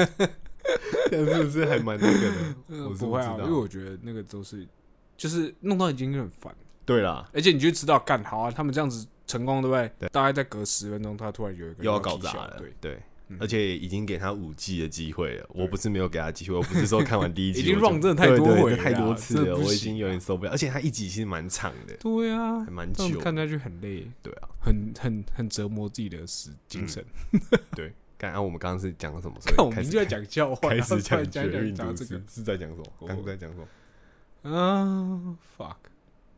S2: 这样是不是还蛮那个的？
S1: 呃
S2: 我是
S1: 不会啊
S2: 知，
S1: 因为
S2: 道。
S1: 我觉得那个都是就是弄到已经有点烦。
S2: 对啦，
S1: 而且你就知道，干好啊，他们这样子成功，对不对？
S2: 对
S1: 大概再隔十分钟，他突然有一个人
S2: 又要搞
S1: 踢
S2: 砸
S1: 笑
S2: 了
S1: 对，，
S2: 对
S1: 嗯。
S2: 而且已经给他五 G 的机会了，我
S1: 对
S2: 不是没有给他机会，我不是说看
S1: *laughs*
S2: 完第一集
S1: 已经
S2: 我就
S1: run 真的太多
S2: 对对
S1: 回了
S2: 太多
S1: 啊
S2: 次
S1: 真的
S2: 了，
S1: 不
S2: 我
S1: 行
S2: 已
S1: 啊
S2: 经有点受不了。而且他一集其实蛮长的，
S1: 对啊
S2: 还，蛮
S1: 这
S2: 久
S1: 样
S2: 的。
S1: 看下去很累，
S2: 对啊，
S1: 很很很折磨自己的时精神。
S2: 对，刚刚我们刚刚是讲什么？所以
S1: 看我们
S2: 嗯开始
S1: 就在讲笑话，
S2: 开
S1: 然后
S2: 始
S1: 突然讲
S2: 讲绝
S1: 讲
S2: 命
S1: 讲
S2: 毒
S1: 这
S2: 师
S1: 个，
S2: 是在讲什么？
S1: 我
S2: 刚刚在讲什么？
S1: 啊，fuck，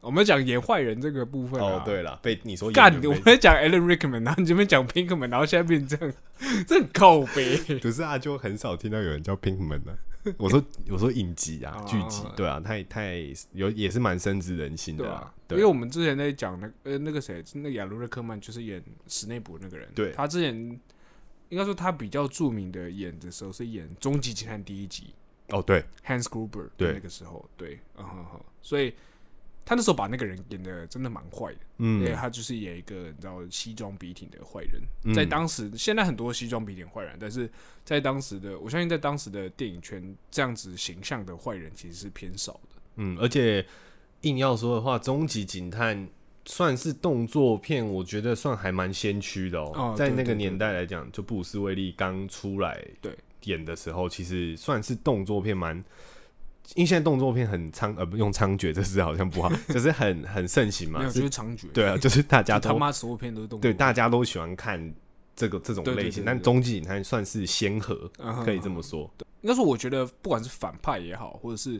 S1: 我们讲演坏人这个部分
S2: 哦
S1: 啊，，
S2: 对了，被你说演
S1: 干
S2: 员，
S1: 我
S2: 被
S1: 们在讲 Alan Rickman，然后你这边讲 Pinkman，然后现在变成这样，这很靠背。
S2: 不是啊，就很少听到有人叫 Pinkman 啊。我说我说影集啊
S1: 哦，
S2: 剧集，对啊，太太有也是蛮深植人心
S1: 对
S2: 的
S1: 啊
S2: 啊，，
S1: 因
S2: 对
S1: 为我们之前在讲那个呃那个谁，那个亚鲁瑞克曼就是演史内普那个人，
S2: 对
S1: 他之前应该说他比较著名的演的时候是演《终极奇探》第一集
S2: 哦，对，
S1: ，Hans Gruber
S2: 对
S1: 那个时候，对，嗯哼哼，所以他那时候把那个人演的真的蛮坏的，因为
S2: 嗯，
S1: 他就是演一个你知道西装笔挺的坏人，
S2: 嗯
S1: 在当时现在很多西装笔挺坏人，但是在当时的我相信在当时的电影圈这样子形象的坏人其实是偏少的。
S2: 嗯，而且硬要说的话，《终极警探》算是动作片，我觉得算还蛮先驱的哦。
S1: 哦
S2: 在
S1: 对
S2: 那
S1: 对
S2: 个年代来讲，就布鲁斯威利刚出来
S1: 对
S2: 演的时候，其实算是动作片蛮。因为现在动作片很猖呃不用猖獗这字好像不好， *laughs* 就是很很盛行
S1: 没
S2: 嘛
S1: 有，，
S2: 是
S1: 就是猖獗，
S2: 对啊，就是大
S1: 就
S2: 家
S1: 他
S2: 都
S1: 妈所有片都是动作
S2: 对
S1: 片，
S2: 大家都喜欢看这个这种
S1: 对对
S2: 类
S1: 对
S2: 型，
S1: 对
S2: 但
S1: 对
S2: 终极警探算是先河，
S1: 嗯哼
S2: 可以这么说。
S1: 应该说，我觉得不管是反派也好，或者是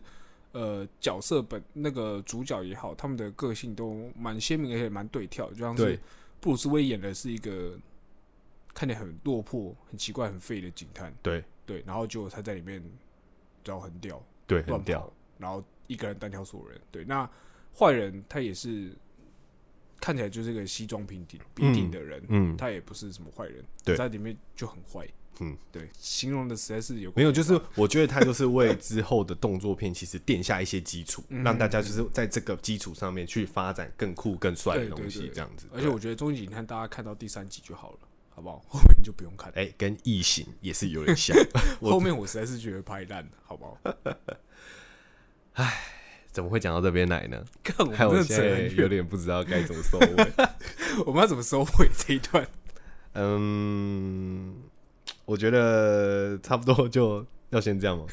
S1: 呃角色本那个主角也好，他们的个性都蛮鲜明，而且蛮对跳的。就像是
S2: 对
S1: 布鲁斯威演的是一个看起来很落魄、很奇怪、很废的警探，
S2: 对
S1: 对，然后结果他在里面然后很屌，
S2: 对，
S1: 乱
S2: 很屌
S1: 跑，，然后一个人单挑所有人。对，那坏人他也是看起来就是个西装笔挺、笔挺的人，
S2: 嗯，
S1: 他也不是什么坏人，
S2: 对
S1: 在里面就很坏。
S2: 嗯，
S1: 对，形容的实在是有够
S2: 没有，就
S1: 可
S2: 是我觉得他就是为之后的动作片其实垫下一些基础，
S1: 嗯
S2: 让大家就是在这个基础上面去发展更酷、更帅的
S1: 对对
S2: 东西
S1: 哎对，
S2: 这样子。
S1: 而且
S2: 对
S1: 我觉得《终极警探》大家看到第三集就好了，好 *laughs* 不好？后面就不用看了。
S2: 哎、跟异形也是有点像， *laughs* 我
S1: 后面我实在是觉得拍烂了，好
S2: *laughs*
S1: 不好？
S2: 怎么会讲到这边来呢？
S1: 看我
S2: 害我
S1: 们
S2: 现
S1: 真的
S2: 在
S1: 很
S2: 有
S1: 远，
S2: 点不知道该怎么收尾。
S1: 我们要怎么收尾这一段？
S2: 嗯，我觉得差不多就要先这样吗？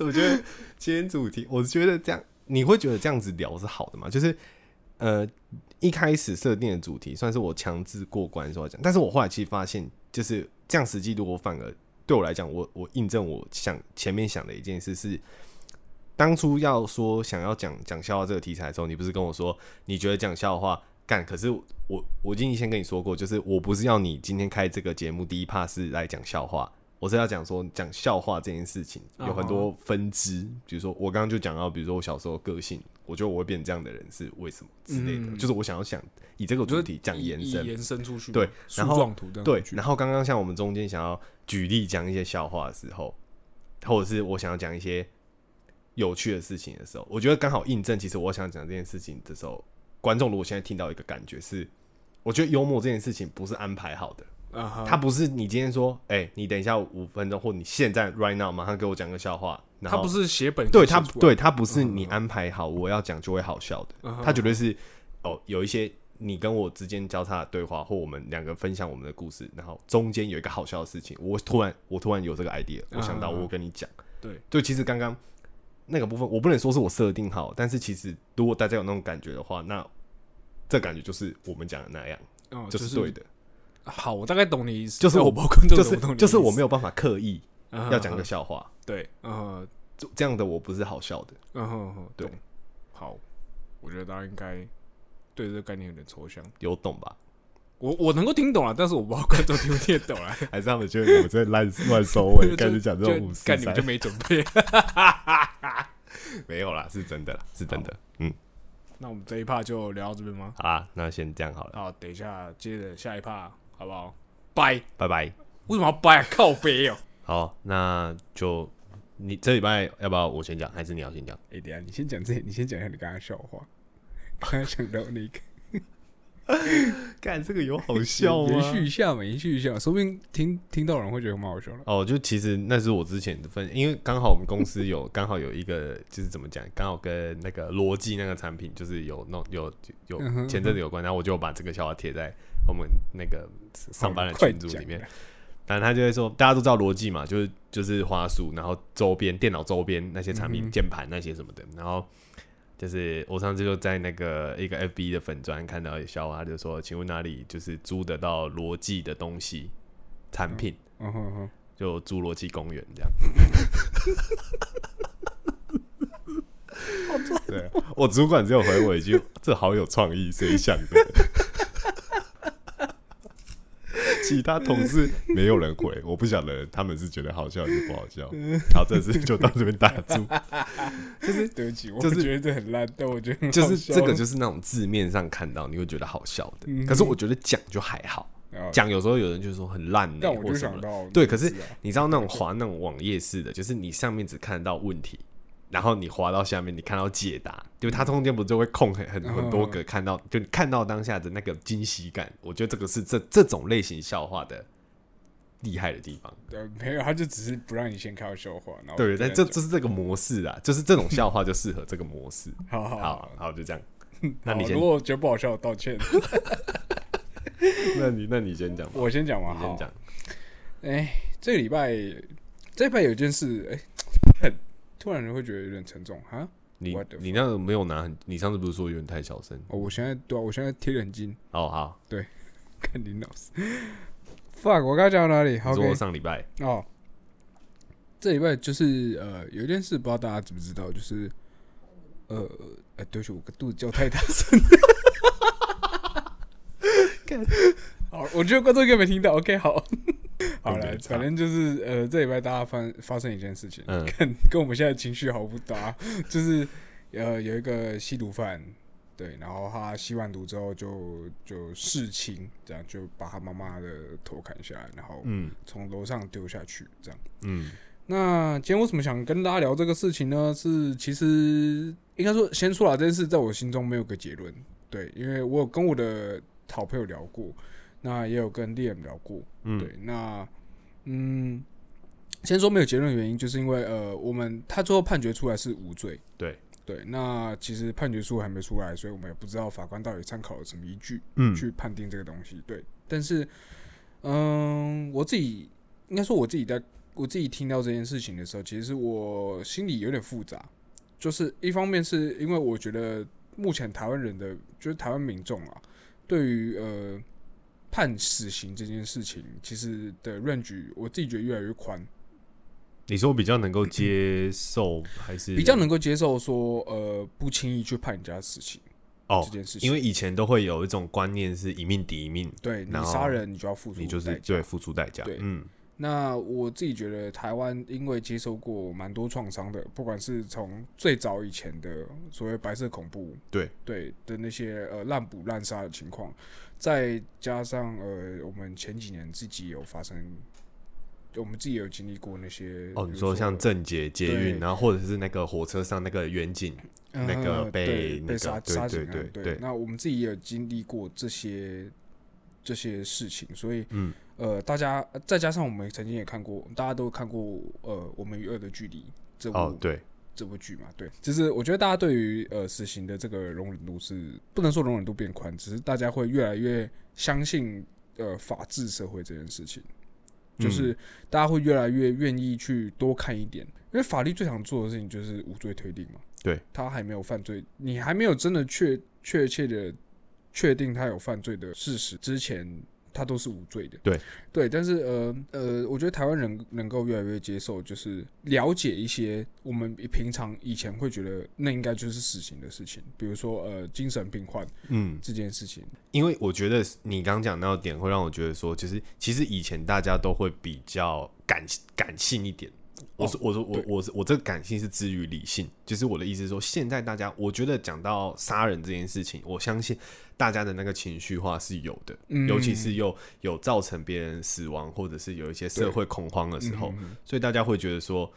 S2: 我觉得今天主题，我觉得这样，你会觉得这样子聊是好的吗？就是呃，一开始设定的主题算是我强制过关的时候讲，但是我后来其实发现，就是这样实际如果反而对我来讲，我我印证我想前面想的一件事是。当初要说想要讲讲笑话这个题材的时候，你不是跟我说你觉得讲笑话干？可是我我已经先跟你说过，就是我不是要你今天开这个节目第一趴是来讲笑话，我是要讲说讲笑话这件事情有很多分支，比如说我刚刚就讲到，比如说我小时候个性，我觉得我会变这样的人是为什么之类的，
S1: 嗯
S2: 就是我想要想以这个
S1: 我
S2: 主题讲延伸，
S1: 延伸出去嘛，
S2: 对
S1: 树
S2: 然后
S1: 状图这样
S2: 对
S1: 出，去
S2: 然后刚刚像我们中间想要举例讲一些笑话的时候，或者是我想要讲一些有趣的事情的时候，我觉得刚好印证，其实我想讲这件事情的时候，观众如果现在听到一个感觉是，我觉得幽默这件事情不是安排好的，
S1: 啊哈，
S2: 它不是你今天说，哎、你等一下五分钟，或你现在 right now 马上给我讲个笑话，然
S1: 他
S2: 后
S1: 不是写本，
S2: 对他，对他不是你安排好我要讲就会好笑的，
S1: 嗯
S2: 他绝对是哦有一些你跟我之间交叉的对话，或我们两个分享我们的故事，然后中间有一个好笑的事情，我突然我突然有这个 idea，我想到
S1: 嗯嗯嗯
S2: 我跟你讲，
S1: 对
S2: 对，其实刚刚那个部分我不能说是我设定好，但是其实如果大家有那种感觉的话，那这感觉就是我们讲的那样，
S1: 哦
S2: 就是是对。的，
S1: 好，我大概懂你意思，
S2: 就是
S1: 但
S2: 我
S1: 我不知道观众
S2: 就
S1: 懂不懂
S2: 是
S1: 你啊
S2: 就是我没
S1: 有
S2: 有办法刻意要讲
S1: 嗯
S2: 个笑话，
S1: 对，嗯
S2: 这这样的我不是好笑的，
S1: 嗯哼哼，
S2: 对
S1: 懂。好，我觉得大家应该对这个概念有点抽象。
S2: 有懂吧？
S1: 我我能够听懂了，啊但是我不知道观众听不听得懂啊。
S2: 还是他们觉得我在乱乱收 *laughs* 尾，
S1: 就
S2: 开始讲这
S1: 就
S2: 种五四
S1: 干你们就
S2: 三，
S1: 没准备。 *laughs*
S2: 没有啦，是真的啦，是真的。嗯，
S1: 那我们这一趴就聊到这边吗？
S2: 好啦，那先这样好了，
S1: 好，等一下接着下一趴，好不好？掰，
S2: 拜拜。
S1: 为什么要掰、啊？靠背哦、
S2: 好，那就你这礼拜要不要我先讲，还是你要先讲？
S1: *laughs* 哎、等一下，你先讲这，你先讲一下你刚刚笑话。刚刚想到那 *laughs* 个，
S2: 干这个有好
S1: 延续一下嘛，延续一下，说不定听听到人会觉得蛮好笑的。
S2: 哦，就其实那是我之前的分，因为刚好我们公司有 *laughs* 刚好有一个就是怎么讲，刚好跟那个逻辑那个产品就是有弄有有
S1: 嗯哼
S2: 前阵子有关，然后我就把这个笑话贴在我们那个上班的
S1: 快
S2: 群组里
S1: 讲
S2: 面
S1: 啊，
S2: 反正他就会说，大家都知道逻辑嘛，就是就是滑鼠，然后周边电脑周边那些
S1: 嗯
S2: 产品、
S1: 哼
S2: 键盘那些什么的，然后就是我上次就在那个一个 FB 的粉砖看到有笑话，他就说，请问哪里就是租得到逻辑的东西产品？
S1: 嗯哼 *laughs* 哼，
S2: 就侏罗纪公园这样。对，我主管只有回我一句：“这好有创意，谁想的？” *laughs* 其他同事没有人回，我不晓得他们是觉得好笑还是不好笑。好，这次就到这边打
S1: *laughs*
S2: 住。
S1: 就是对不起，我
S2: 就是
S1: 觉得这很烂，但我觉得很
S2: 就是
S1: 好笑嗯
S2: 这个，就是那种字面上看到你会觉得好笑的，可是我觉得讲就还好。
S1: 然后，
S2: 讲有时候有人就说很烂欸，
S1: 啊但我
S2: 或
S1: 就
S2: 什么
S1: 想到
S2: 对可是
S1: 那个啊
S2: 你知道那种滑那种网页式的，就是你上面只看到问题，然后你滑到下面，你看到解答，就是它中间不就会空很很很多个，看到就你看到当下的那个惊喜感，我觉得这个是这这种类型笑话的厉害的地方。
S1: 呃没有，他就只是不让你先看到笑话，然后
S2: 对，
S1: 再
S2: 但这
S1: 讲
S2: 这是这个模式啊，就是这种笑话就适合这个模式。
S1: 好好
S2: 好，好，就这样。那
S1: 哦好
S2: 你先
S1: 如，果我觉得不好笑，我道歉。
S2: *laughs* 那你那你先讲吧，
S1: 我先讲完，
S2: 你先
S1: 好
S2: 讲。
S1: 哎、这个礼拜，这礼拜有一件事，哎、很突然会觉得有点沉重哈。
S2: 你
S1: What the
S2: 你那个没有拿很，你上次不是说有点太小声？
S1: 哦，我现在对、啊，我现在贴得很近，
S2: 哦，好，
S1: 看你老师。fuck，我刚刚讲到哪里
S2: 你
S1: ？OK，
S2: 说上礼拜
S1: 哦，这礼拜就是呃，有一件事，不知道大家知不知道，就是呃，哎，对不起，我肚子叫太大声了。好，我觉得观众应该没听到。OK，好，好
S2: 感
S1: 了
S2: 觉，差
S1: 反正就是呃，这礼拜大家发发生一件事情，
S2: 嗯
S1: 看跟我们现在情绪毫不搭，就是呃，有一个吸毒犯。对，然后他吸完毒之后就就弑亲，这样就把他妈妈的头砍下来，然后
S2: 嗯
S1: 从楼上丢下去，这样。
S2: 嗯
S1: 那今天为什么想跟大家聊这个事情呢？是其实应该说先说啦，这件事在我心中没有个结论。对，因为我有跟我的好朋友聊过，那也有跟 Liam 聊过。
S2: 嗯，
S1: 对，那嗯，先说没有结论的原因，就是因为呃，我们他最后判决出来是无罪。
S2: 对
S1: 对，那其实判决书还没出来，所以我们也不知道法官到底参考了什么依据。
S2: 嗯
S1: 去判定这个东西。对，但是，嗯，我自己应该说我自己在我自己听到这件事情的时候，其实我心里有点复杂。就是一方面是因为我觉得目前台湾人的，就是台湾民众啊，对于呃判死刑这件事情，其实的 range 我自己觉得越来越宽，
S2: 你说比较能够接受还是
S1: 比较能够接受说呃不轻易去判人家死刑
S2: 哦
S1: 这？件事情。
S2: 因为以前都会有一种观念是一命抵一命，
S1: 对你
S2: 然后
S1: 杀人，你就要付出
S2: 你就
S1: 代
S2: 是
S1: 价
S2: 对付出代价。
S1: 对
S2: 嗯
S1: 那我自己觉得，台湾因为接受过蛮多创伤的，不管是从最早以前的所谓白色恐怖，
S2: 对
S1: 对的那些呃滥捕滥杀的情况，再加上呃我们前几年自己有发生，我们自己有经历过那些呃
S2: 哦，
S1: 比
S2: 你
S1: 如
S2: 说像郑捷捷
S1: 对
S2: 运，然后或者是那个火车上那个远景，那个
S1: 呃
S2: 被
S1: 对
S2: 那
S1: 被
S2: 个
S1: 杀
S2: 对
S1: 杀
S2: 对
S1: 警案，
S2: 对
S1: 对
S2: 对，
S1: 那我们自己也有经历过这些这些事情，所以
S2: 嗯
S1: 呃，大家再加上我们曾经也看过，大家都看过呃，我们与恶的距离这部、
S2: 哦对，
S1: 这部剧嘛，对，就是我觉得大家对于呃死刑的这个容忍度是不能说容忍度变宽，只是大家会越来越相信呃法治社会这件事情，就是大家会越来越愿意去多看一点，因为法律最想做的事情就是无罪推定嘛，
S2: 对
S1: 他还没有犯罪，你还没有真的确确切的确定他有犯罪的事实之前，他都是无罪的。
S2: 对
S1: 对，但是呃呃，我觉得台湾人能够越来越接受，就是了解一些我们平常以前会觉得那应该就是死刑的事情，比如说呃精神病患
S2: 嗯，
S1: 这件事情。
S2: 因为我觉得你刚讲到的点，会让我觉得说，就是其实以前大家都会比较感感性一点。我是我说我
S1: 哦对
S2: 我是我这个感性是之于理性，就是我的意思是说，现在大家我觉得讲到杀人这件事情，我相信大家的那个情绪化是有的，
S1: 嗯
S2: 尤其是又有造成别人死亡或者是有一些社会恐慌的时
S1: 嗯
S2: 候，所以大家会觉得说，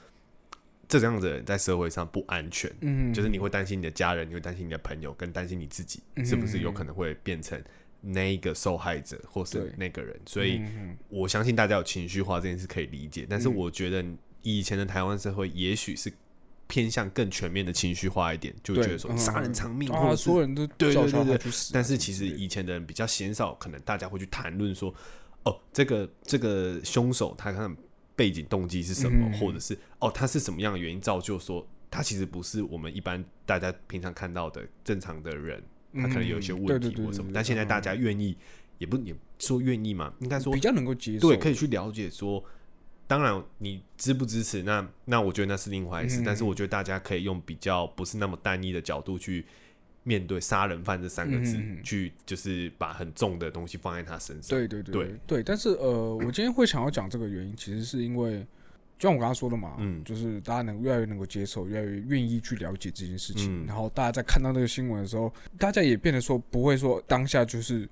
S2: 这样子的人在社会上不安全，
S1: 嗯，
S2: 就是你会担心你的家人，你会担心你的朋友，跟担心你自己是不是有可能会变成那一个受害者或是
S1: 嗯对
S2: 那个人。所以
S1: 嗯哼
S2: 我相信大家有情绪化这件事可以理解，但是我觉得以前的台湾社会也许是偏向更全面的情绪化一点，就会觉得说
S1: 对嗯
S2: 杀人偿命或
S1: 啊，
S2: 者
S1: 所有
S2: 是。
S1: 人都
S2: 对对
S1: 叫嚣
S2: 对
S1: 他
S2: 对
S1: 去死啊
S2: 但是
S1: 什么
S2: 其
S1: 之
S2: 实
S1: 类的
S2: 以前的人比较鲜少，可能大家会去谈论说，哦，这个这个凶手他可能背景动机是什么，
S1: 嗯
S2: 或者是哦他是什么样的原因造就说他其实不是我们一般大家平常看到的正常的人，他可能有一些
S1: 嗯
S2: 问
S1: 对
S2: 题
S1: 对对
S2: 或什么
S1: 对。对
S2: 但现在
S1: 嗯
S2: 大家愿意，也不也不说愿意嘛，应该说
S1: 比较能够接受，
S2: 对，可以去了解说。当然，你支不支持那那我觉得那是另外一回事，
S1: 嗯
S2: 但是我觉得大家可以用比较不是那么单一的角度去面对“杀人犯”这三个字，
S1: 嗯嗯嗯
S2: 去就是把很重的东西放在他身上。
S1: 对对对
S2: 对
S1: 对对，但是呃，我今天会想要讲这个原因，其实是因为，就像我刚刚说的嘛，
S2: 嗯
S1: 就是大家能越来越能够接受，越来越愿意去了解这件事情，
S2: 嗯
S1: 然后大家在看到这个新闻的时候，大家也变得说不会说当下就是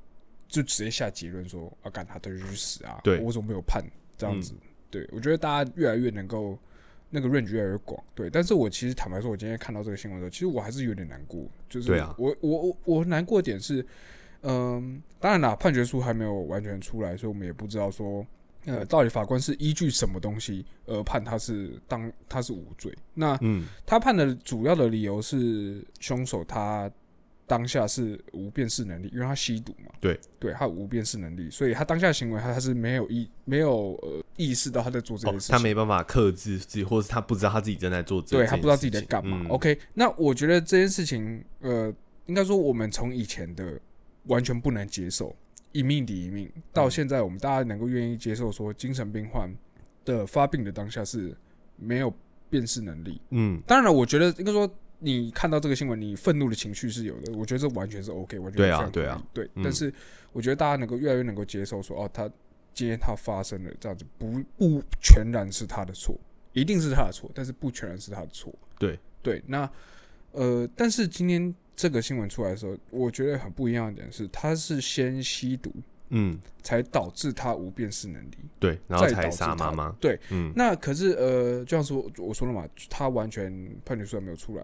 S1: 就直接下结论说啊，干他都去死啊，
S2: 对
S1: 我怎么没有判这
S2: 嗯
S1: 样子？对我觉得大家越来越能够那个 range 越来越广，对。但是我其实坦白说，我今天看到这个新闻的时候，其实我还是有点难过，就是
S2: 对啊
S1: 我我我我难过的点是，嗯，当然啦，判决书还没有完全出来，所以我们也不知道说。呃，到底法官是依据什么东西而判他是当他是无罪？那
S2: 嗯，
S1: 他判的主要的理由是凶手他当下是无辨识能力，因为他吸毒嘛。
S2: 对，
S1: 对他有无辨识能力，所以他当下的行为他他是没有意没有呃意识到他在做这
S2: 哦
S1: 件事情，
S2: 他没办法克制自己，或是他不知道他自己正在做这，
S1: 对
S2: 这
S1: 他
S2: 件
S1: 不知道自己在
S2: 事情
S1: 干嘛。
S2: 嗯
S1: OK，那我觉得这件事情呃，应该说我们从以前的完全不能接受一命抵一命，到
S2: 嗯
S1: 现在我们大家能够愿意接受说精神病患的发病的当下是没有辨识能力，
S2: 嗯，
S1: 当然了，我觉得应该说，你看到这个新闻，你愤怒的情绪是有的，我觉得这完全是 OK，完全
S2: 对啊
S1: 非常合理
S2: 对啊，
S1: 对。
S2: 嗯
S1: 但是我觉得大家能够越来越能够接受说，哦，他今天他发生了这样子，不不全然是他的错，一定是他的错，但是不全然是他的错。
S2: 对
S1: 对，那呃，但是今天这个新闻出来的时候，我觉得很不一样的点是，他是先吸毒，
S2: 嗯，
S1: 才导致他无辨识能力。
S2: 对，然后
S1: 再
S2: 才
S1: 导致
S2: 杀
S1: 他
S2: 妈妈，
S1: 对，
S2: 嗯，
S1: 那可是呃，就像说我说了嘛，他完全判决书还没有出来。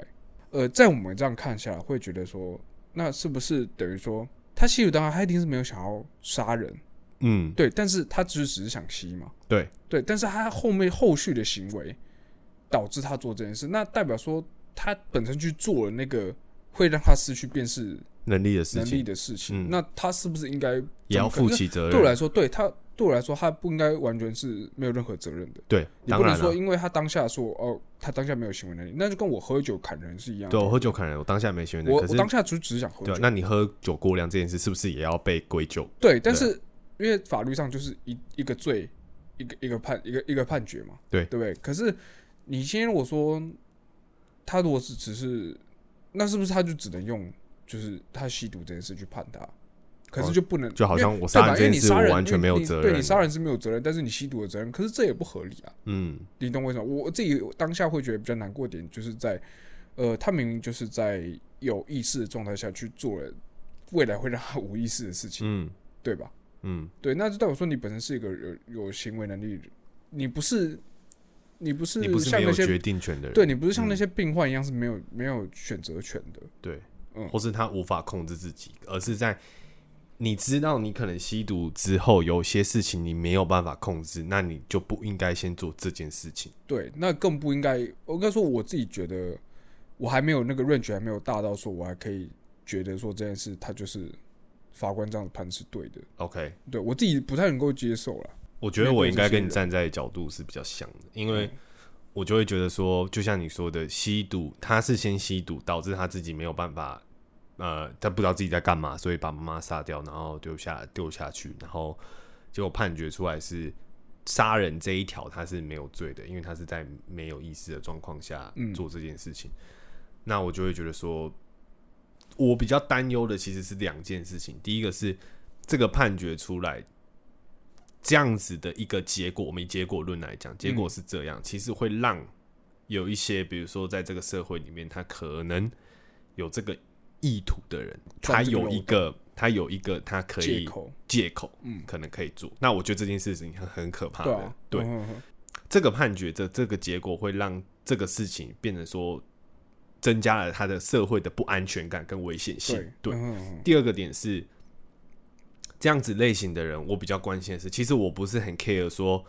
S1: 呃，在我们这样看下来，会觉得说，那是不是等于说他吸毒当然他一定是没有想要杀人，
S2: 嗯，
S1: 对，但是他只是只是想吸嘛，
S2: 对
S1: 对，但是他后面后续的行为导致他做这件事，那代表说他本身去做了那个会让他失去辨识
S2: 能力的事
S1: 能力
S2: 情
S1: 的事情，
S2: 嗯
S1: 那他是不是应该
S2: 也
S1: 怎么
S2: 要负
S1: 可能
S2: 起责任，
S1: 对我来说，对他对我来说，他不应该完全是没有任何责任的。
S2: 对，
S1: 你
S2: 当
S1: 不能
S2: 然了
S1: 说，因为他当下说哦，他当下没有行为能力，那就跟我喝酒砍人是一样的。
S2: 对我喝酒砍人，我当下没行为
S1: 我
S2: 能力，可
S1: 我
S2: 是
S1: 当下只只是想喝
S2: 对啊，
S1: 酒，
S2: 那你喝酒过量这件事是不是也要被归咎？
S1: 对，但是因为法律上就是一一个罪，一个一个判一个一个判决嘛，
S2: 对
S1: 对不对？可是你今天我说他如果是只是，那是不是他就只能用就是他吸毒这件事去判他？可是
S2: 哦
S1: 就不能
S2: 就好像
S1: 因为
S2: 我杀人
S1: 对吧因为
S2: 这件
S1: 你
S2: 事
S1: 杀人
S2: 我完全
S1: 因为
S2: 没有
S1: 你
S2: 责
S1: 对
S2: 任
S1: 你杀人是没有责任，但是你吸毒有责任，可是这也不合理啊。
S2: 嗯，
S1: 你懂我意思吗？我我自己当下会觉得比较难过点，就是在呃，他明明就是在有意识的状态下去做了未来会让他无意识的事情，
S2: 嗯
S1: 对吧？
S2: 嗯，
S1: 对，那就代表说你本身是一个有有行为能力的人，你不是你不是
S2: 你不是
S1: 像
S2: 没
S1: 那
S2: 有
S1: 些
S2: 决定权的人，
S1: 对你不是像
S2: 嗯
S1: 那些病患一样是没有、没有选择权的，
S2: 对，
S1: 嗯
S2: 或是他无法控制自己，而是在你知道你可能吸毒之后，有些事情你没有办法控制，那你就不应该先做这件事情。
S1: 对，那更不应该。我应该说我自己觉得我还没有那个 range 还没有大到说我还可以觉得说这件事他就是法官这样子判是对的。
S2: OK，
S1: 对我自己不太能够接受了。
S2: 我觉得
S1: 面
S2: 我
S1: 对
S2: 应
S1: 这
S2: 该
S1: 些
S2: 跟你
S1: 人
S2: 站在的角度是比较像的，因
S1: 嗯
S2: 为我就会觉得说，就像你说的，吸毒，他是先吸毒，导致他自己没有办法，呃，他不知道自己在干嘛，所以把妈妈杀掉，然后丢下丢下去，然后结果判决出来是杀人这一条他是没有罪的，因为他是在没有意识的状况下
S1: 嗯
S2: 做这件事情。那我就会觉得说，我比较担忧的其实是两件事情，第一个是这个判决出来。这样子的一个结果，我们以结果论来讲，结果是这样，其实会让有一些，比如说在这个社会里面，他可能有这个意图的人，他
S1: 钻这个
S2: 有一
S1: 漏
S2: 个，他有一个，他可
S1: 借
S2: 以
S1: 口，
S2: 借口，
S1: 嗯，
S2: 可能可以做。那我觉得这件事情很很可怕
S1: 对
S2: 的
S1: 啊，，
S2: 对
S1: 嗯哼哼
S2: 这个判决的这个结果会让这个事情变成说，增加了他的社会的不安全感跟危险性
S1: 对，
S2: 对
S1: 嗯，哼哼
S2: 第二个点是，这样子类型的人，我比较关心的是，其实我不是很 care 说，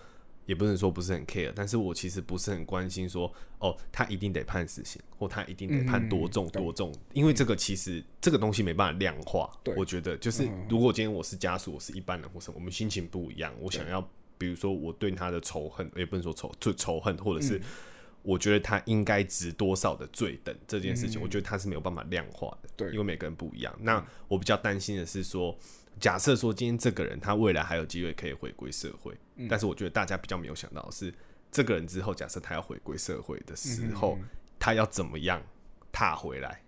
S2: 也不能说不是很 care，但是我其实不是很关心说，哦，他一定得判死刑，或他一定得判多重
S1: 嗯懂
S2: 多重，因为这个其实这个东西没办法量化
S1: 对。
S2: 我觉得就是
S1: 嗯，
S2: 如果今天我是家属，我是一般人或什么，我们心情不一样，我想要，比如说我对他的仇恨，也不能说仇，就仇恨，或者
S1: 嗯
S2: 是。我觉得他应该值多少的罪等这件事情，我觉得他是没有办法量化的，
S1: 嗯对嗯
S2: 因为每个人不一样。那我比较担心的是说，假设说今天这个人他未来还有机会可以回归社会，但是我觉得大家比较没有想到的是，这个人之后假设他要回归社会的时候，他要怎么样踏回来？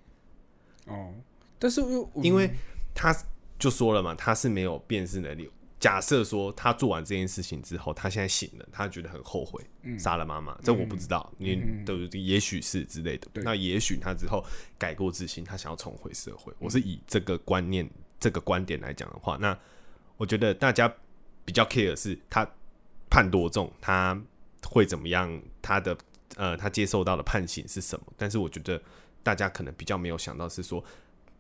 S1: 哦，但是又嗯
S2: 因为他就说了嘛，他是没有辨识能力。假设说他做完这件事情之后，他现在醒了，他觉得很后悔杀、了妈妈，这我不知道，你都也许是之类的。
S1: 对
S2: 那也许他之后改过自新，他想要重回社会。我是以这个观念、这个观点来讲的话，那我觉得大家比较 care 的是他判多重，他会怎么样，他的呃他接受到的判刑是什么。但是我觉得大家可能比较没有想到是说，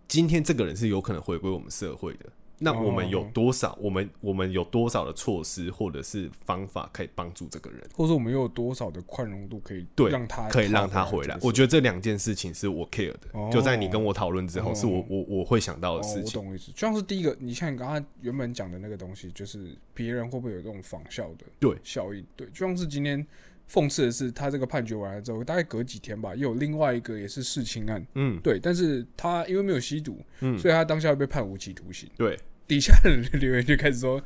S2: 今天这个人是有可能回归我们社会的。那我们有
S1: 哦
S2: 多少？我们我们有多少的措施或者是方法可以帮助这个人？
S1: 或者说我们又有多少的宽容度可以
S2: 对
S1: 让他
S2: 可以让他回来。我觉得这两件事情是我 care 的，
S1: 哦
S2: 就在你跟我讨论之后，
S1: 哦
S2: 是我我我会想到
S1: 哦，
S2: 的事
S1: 我
S2: 情。
S1: 懂意思，就像是第一个，你像你刚刚原本讲的那个东西，就是别人会不会有这种仿效的
S2: 对
S1: 效应？对，就像是今天讽刺的是，他这个判决完了之后，大概隔几天吧，又有另外一个也是弑亲案，
S2: 嗯，
S1: 对，但是他因为没有吸毒，
S2: 嗯
S1: 所以他当下被判无期徒刑。
S2: 对，
S1: 底下的人留言就开始说：“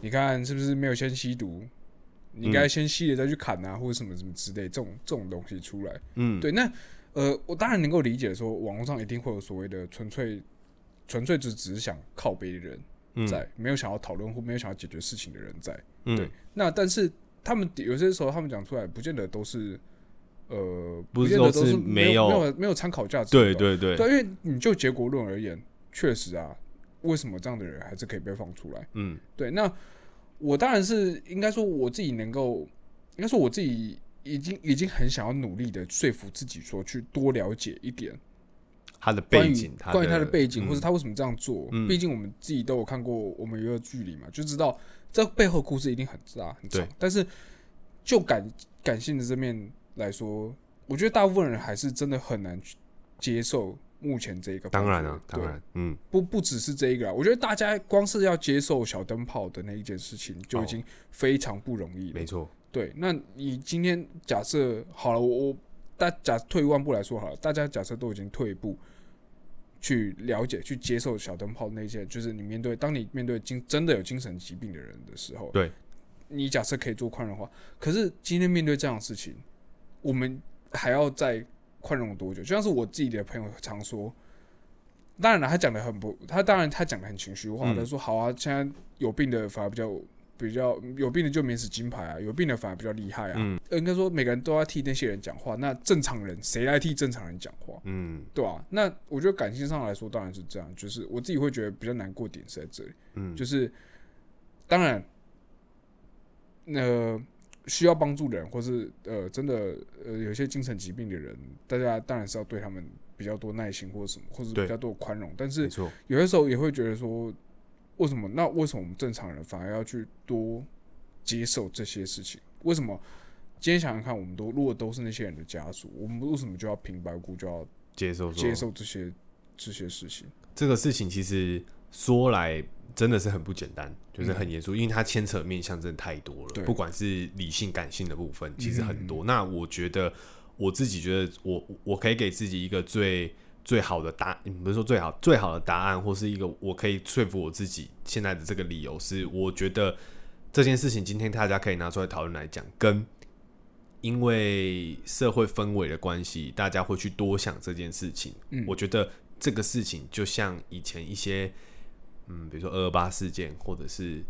S1: 你看是不是没有先吸毒？你应该先吸了再去砍啊，或者什么什么之类，这种这种东西出来。”
S2: 嗯，
S1: 对，那呃，我当然能够理解说，网络上一定会有所谓的纯粹纯粹只只是想靠背的人
S2: 嗯，
S1: 在，没有想要讨论或没有想要解决事情的人在。
S2: 嗯，
S1: 对，那但是他们有些时候他们讲出来，不见得都是呃，
S2: 不是
S1: 见得
S2: 都
S1: 都
S2: 是
S1: 没
S2: 没有
S1: 没有没有参考价值的
S2: 对
S1: 东西。
S2: 对对
S1: 对，因为你就结果论而言，确实啊，为什么这样的人还是可以被放出来？
S2: 嗯
S1: 对，那我当然是应该说我自己能够，应该说我自己已经已经很想要努力的说服自己说去多了解一点
S2: 他的
S1: 关
S2: 背
S1: 于
S2: 景，
S1: 关于他的背景，或者
S2: 他
S1: 他为什么这样做。
S2: 嗯
S1: 毕竟我们自己都有看过我们娱乐剧里嘛，就知道这背后故事一定很大很长
S2: 对。
S1: 但是就感感性的这面来说，我觉得大部分人还是真的很难去接受目前这一个。
S2: 当然啊，
S1: 对
S2: 当，然，嗯，
S1: 不不只是这一个啦，啊我觉得大家光是要接受小灯泡的那一件事情就已
S2: 哦
S1: 经非常不容易了。
S2: 没错，
S1: 对，那你今天假设好了，我我大假退一万步来说好了，大家假设都已经退一步去了解、去接受小灯泡那些，就是你面对当你面对精真的有精神疾病的人的时候，
S2: 对，
S1: 你假设可以做宽容的话，可是今天面对这样的事情，我们还要再宽容多久？就像是我自己的朋友常说。当然了，他讲的很不，他当然他讲的很情绪化，
S2: 嗯
S1: 他说好啊，现在有病的反而比较比较有病的就免死金牌啊，有病的反而比较厉害啊。
S2: 嗯
S1: 呃应该说每个人都要替那些人讲话，那正常人谁来替正常人讲话？
S2: 嗯
S1: 对啊，那我觉得感性上来说当然是这样，就是我自己会觉得比较难过点是在这里，
S2: 嗯，
S1: 就是当然，呃，需要帮助的人，或是呃真的呃有些精神疾病的人，大家当然是要对他们比较多耐心或者什么，或是
S2: 对
S1: 比较多的宽容，但是
S2: 没错，
S1: 有些时候也会觉得说，为什么？那为什么我们正常人反而要去多接受这些事情？为什么？今天想想看，我们都如果都是那些人的家属，我们为什么就要平白无故就要
S2: 接受说
S1: 接受这些这些事情？
S2: 这个事情，其实说来真的是很不简单，就是很严肃，因为它牵扯的面向真的太多了
S1: 嗯对，嗯
S2: 不管是理性、感性的部分，其实很多。那我觉得我自己觉得我，我可以给自己一个最最好的答，嗯不是说最好最好的答案，或是一个我可以说服我自己现在的这个理由是，我觉得这件事情今天大家可以拿出来讨论来讲，跟因为社会氛围的关系，大家会去多想这件事情。
S1: 嗯
S2: 我觉得这个事情就像以前一些，嗯，比如说二二八事件，或者是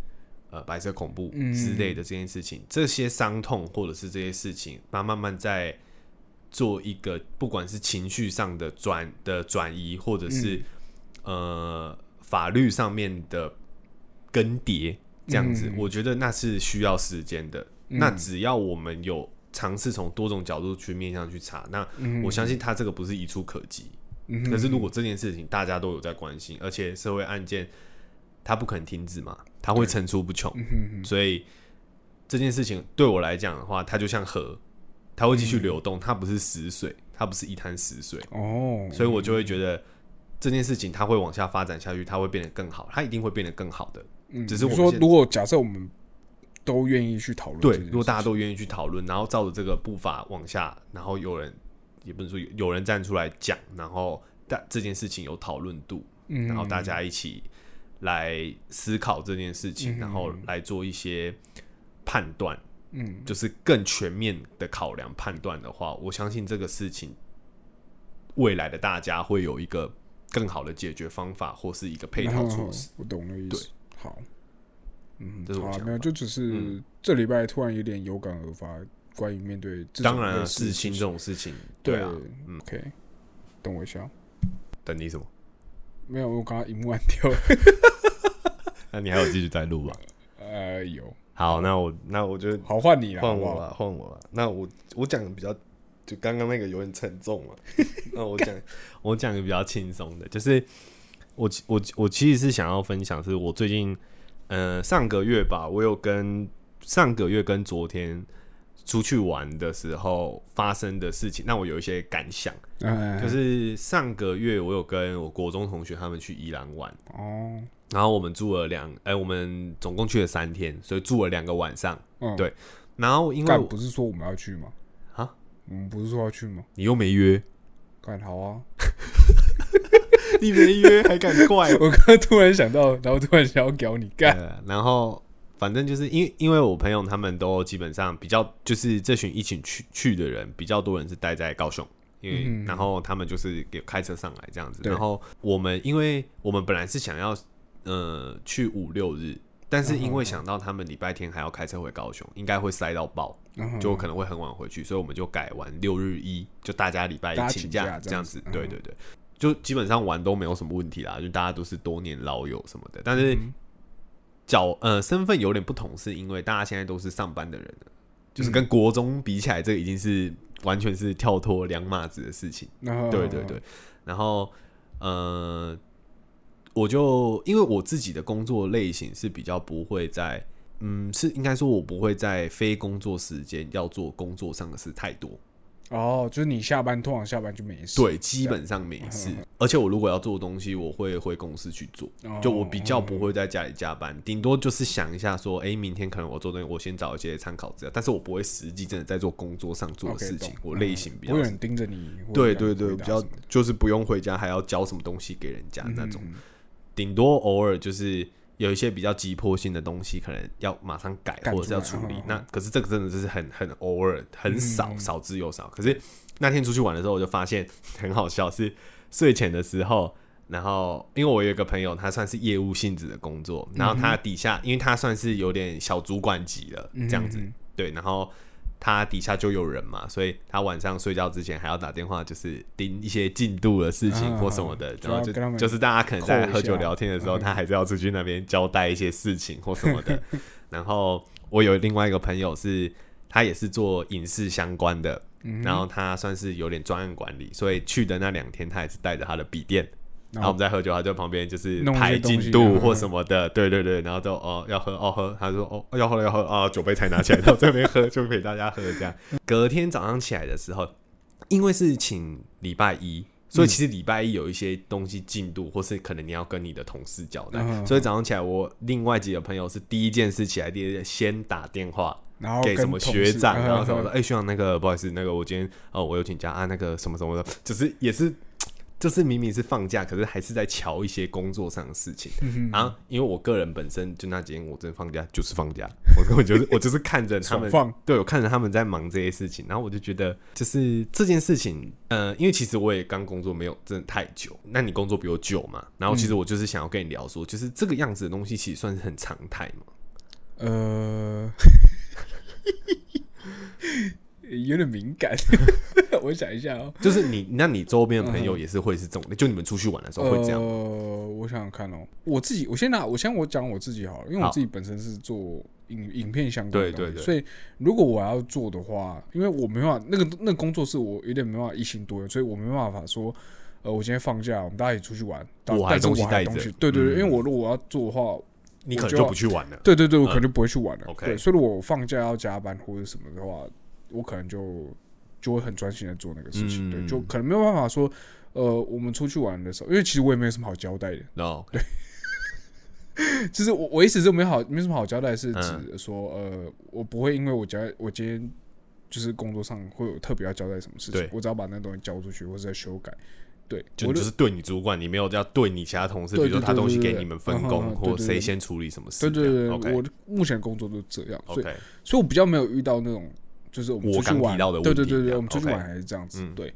S2: 呃白色恐怖
S1: 嗯
S2: 之类的这件事情，这些伤痛或者是这些事情，它慢慢在做一个不管是情绪上的转的转移，或者是、
S1: 嗯
S2: 呃法律上面的更迭，这样子，
S1: 嗯
S2: 我觉得那是需要时间的。
S1: 嗯
S2: 那只要我们有尝试从多种角度去面向去查，那
S1: 嗯
S2: 我相信他这个不是一触可及。
S1: 嗯哼
S2: 可是如果这件事情大家都有在关心，而且社会案件它不可能停止嘛，它会层出不穷，
S1: 嗯哼哼
S2: 所以这件事情对我来讲的话，它就像河，它会继续流
S1: 嗯
S2: 动，它不是死水，它不是一滩死水。
S1: 哦，
S2: 所以我就会觉得这件事情它会往下发展下去，它会变得更好，它一定会变得更好的。
S1: 嗯
S2: 只是我
S1: 你
S2: 们
S1: 说，
S2: 现
S1: 如果假设我们都愿意去讨论这
S2: 对
S1: 件事，情，
S2: 如果大家都愿意去讨论，然后照着这个步伐往下，然后有人也不能说有有人站出来讲，然后但这件事情有讨论度，
S1: 嗯，
S2: 然后大家一起来思考这件事情，
S1: 嗯
S2: 然后来做一些判断，
S1: 嗯
S2: 就是更全面的考量判断的话，我相信这个事情未来的大家会有一个更好的解决方法，或是一个配套措施。
S1: 嗯我懂了意思。好，嗯
S2: 这是我
S1: 好啊
S2: 想
S1: 没有，
S2: 法
S1: 就只是这礼拜突然有点有感而发，关于面对这种
S2: 当然
S1: 类
S2: 了，
S1: 似的事
S2: 事情
S1: 情
S2: 这种事情，
S1: 对
S2: 啊，
S1: OK，等我一下，哦 *laughs*
S2: 等你什么？ *laughs*
S1: 没有，我刚刚荧幕按掉了。
S2: 那你还有继续再录吧？
S1: 呃，有，
S2: 好，那我那我就
S1: 好换你了，
S2: 换
S1: 好不
S2: 我
S1: 好？
S2: 了，换我了。那我我讲的比较，就刚刚那个有点沉重嘛。 *laughs* 那我讲我讲个比较轻松的，就是我其我我其实是想要分享，是我最近呃上个月吧，我有跟上个月跟昨天出去玩的时候发生的事情，让我有一些感想。
S1: 嗯，
S2: 就是上个月我有跟我国中同学他们去宜兰玩，
S1: 哦，
S2: 然后我们住了两，哎、我们总共去了三天，所以住了两个晚上。
S1: 嗯
S2: 对，然后因为
S1: 干
S2: 我
S1: 不是说我们要去吗？
S2: 啊，
S1: 我们不是说要去吗？
S2: 你又没约，
S1: 干好啊！
S2: *laughs*
S1: *laughs*
S2: 你没 *laughs* 约还敢怪我？
S1: 我刚刚突然想到，然后突然想要屌你干。
S2: 对然后反正就是因为因为我朋友他们都基本上比较就是这群一起去去的人比较多人是待在高雄，因为、
S1: 嗯
S2: 然后他们就是给开车上来这样子。
S1: 对
S2: 然后我们因为我们本来是想要呃去五六日，但是因为想到他们礼拜天还要开车回高雄，应该会塞到爆，
S1: 嗯哼
S2: 就可能会很晚回去，所以我们就改玩六日一，就大家礼拜
S1: 大
S2: 一
S1: 家
S2: 请
S1: 请
S2: 假
S1: 假这
S2: 这样
S1: 样
S2: 子
S1: 子。嗯
S2: 对对对。就基本上玩都没有什么问题啦，就大家都是多年老友什么的，但是
S1: 嗯
S2: 角呃身份有点不同，是因为大家现在都是上班的人了，就是跟国中比起来，这个已经是完全是跳脱两码子的事情。
S1: 那
S2: 对对对，，然后呃，我就因为我自己的工作类型是比较不会在，嗯，是应该说我不会在非工作时间要做工作上的事太多。
S1: 哦，就是你下班通常下班就没事。
S2: 对，基本上没
S1: 嗯
S2: 事。而且我如果要做东西，我会回公司去做，
S1: 哦
S2: 就我比较不会在家里加班，顶多就是想一下说，哎、明天可能我做东西，我先找一些参考资料，但是我不会实际真的在做工作上做的
S1: OK，
S2: 事情
S1: 懂嗯
S2: 我类型
S1: 不
S2: 比较
S1: 会有
S2: 是
S1: 人盯着你。或者
S2: 对
S1: 干嘛
S2: 对对，
S1: 回
S2: 比
S1: 答
S2: 较
S1: 什么的
S2: 就是不用回家还要交什么东西给人家那种，
S1: 嗯
S2: 顶多偶尔就是有一些比较急迫性的东西，可能要马上改
S1: 赶
S2: 或者是要
S1: 出
S2: 处
S1: 来
S2: 理
S1: 嗯。
S2: 那可是这个真的就是很很偶尔，很少少之又少。可是那天出去玩的时候，我就发现很好笑，是睡前的时候。然后，因为我有一个朋友，他算是业务性质的工作，然后他底下，因为他算是有点小主管级了，
S1: 嗯
S2: 这样子，
S1: 嗯
S2: 对，然后他底下就有人嘛，所以他晚上睡觉之前还要打电话，就是盯一些进度的事情
S1: 啊
S2: 或什么的，
S1: 就
S2: 然后
S1: 要
S2: 就
S1: 跟他们
S2: 就是大家可能在
S1: 扣一
S2: 喝酒
S1: 下嗯
S2: 聊天的时候，他还是要出去那边交代一些事情或什
S1: *laughs*
S2: 么的。然后我有另外一个朋友是，他也是做影视相关的，
S1: 嗯
S2: 然后他算是有点专案管理，所以去的那两天他也是带着他的笔电。然后我们在喝酒，他就在旁边就是
S1: 哦弄一些
S2: 排
S1: 东西
S2: 进度
S1: 嗯
S2: 或什么的，对对对，然后就哦要喝哦喝，他说哦要喝了要喝啊，酒杯才拿起来，然后这边喝就陪大家喝这样。隔天早上起来的时候，因为是请礼拜一，所以其实礼拜一有一些东西进度，或是可能你要跟你的同事交代，
S1: 嗯
S2: 所以早上起来我另外几个朋友是第一件事起来，第一件先打电话。
S1: 然后
S2: 给什
S1: 跟
S2: 么
S1: 同
S2: 学
S1: 事
S2: 长，
S1: 嗯
S2: 然后什么的，
S1: 嗯
S2: 哎、学长，那个不好意思，那个我今天哦，我有请假啊，那个什么什么的，就是也是，就是明明是放假，可是还是在瞧一些工作上的事情、
S1: 嗯
S2: 啊。因为我个人本身就那几天我真的放假就是放假，我 *laughs* 根本就是我就是看着他们
S1: 爽放，
S2: 对我看着他们在忙这些事情，然后我就觉得就是这件事情，呃，因为其实我也刚工作没有真的太久，那你工作比我久嘛，然后
S1: 嗯
S2: 其实我就是想要跟你聊说，就是这个样子的东西其实算是很常态嘛。
S1: 呃， *laughs* 有点敏
S2: *laughs*
S1: 感，我想一下哦。
S2: 就是你，那你周边的朋友也是会是这种的，就你们出去玩的时候会这样。
S1: 嗯呃，我想想看哦，我自己，我先拿，我先我讲我自己好了，因为
S2: 好
S1: 我自己本身是做影影片相关的
S2: 对
S1: 东西，
S2: 对对
S1: 所以如果我要做的话，因为我没办法，那个那个工作是我有点没办法一心多用，所以我没办法说。呃，我今天放假，我们大家一起出去玩，但
S2: 我还
S1: 但是
S2: 东西
S1: 我还
S2: 带
S1: 东
S2: 着嗯
S1: 西，对对对，因为我如果我要做的话，
S2: 你可
S1: 我
S2: 能
S1: 就
S2: 就不去玩了。
S1: 对对对，我
S2: 嗯
S1: 可能就不会去玩了。
S2: OK
S1: 对，所以如果我放假要加班或者什么的话，我可能就就会很专心的做那个事情。
S2: 嗯
S1: 对，就可能没有办法说，呃，我们出去玩的时候，因为其实我也没有什么好交代的。 *laughs*
S2: 然后
S1: 就是我我意思是没好没什么好交代，是
S2: 嗯
S1: 指说、呃，我不会因为我交我今天就是工作上会有特别要交代什么事情
S2: 对，
S1: 我只要把那东西交出去或者在修改。对，
S2: 就
S1: 我
S2: 就是对你主管，你没有要对你其他同事，比
S1: 对
S2: 如说
S1: 对
S2: 他
S1: 对
S2: 东西
S1: 对
S2: 给
S1: 对
S2: 你们分
S1: 嗯
S2: 工，
S1: 嗯
S2: 或
S1: 对对
S2: 谁
S1: 对
S2: 先处理什么
S1: 对
S2: 事这
S1: 对
S2: 样。
S1: 对
S2: OK
S1: 我目前的工作都这样，所以
S2: OK，
S1: 所以我比较没有遇到那种就是我们
S2: 我
S1: 出去
S2: 刚提
S1: 玩
S2: 到的问
S1: 对对
S2: 题
S1: 对
S2: 这
S1: 对，
S2: 样
S1: 我们出去
S2: OK
S1: 玩还是这样子。对，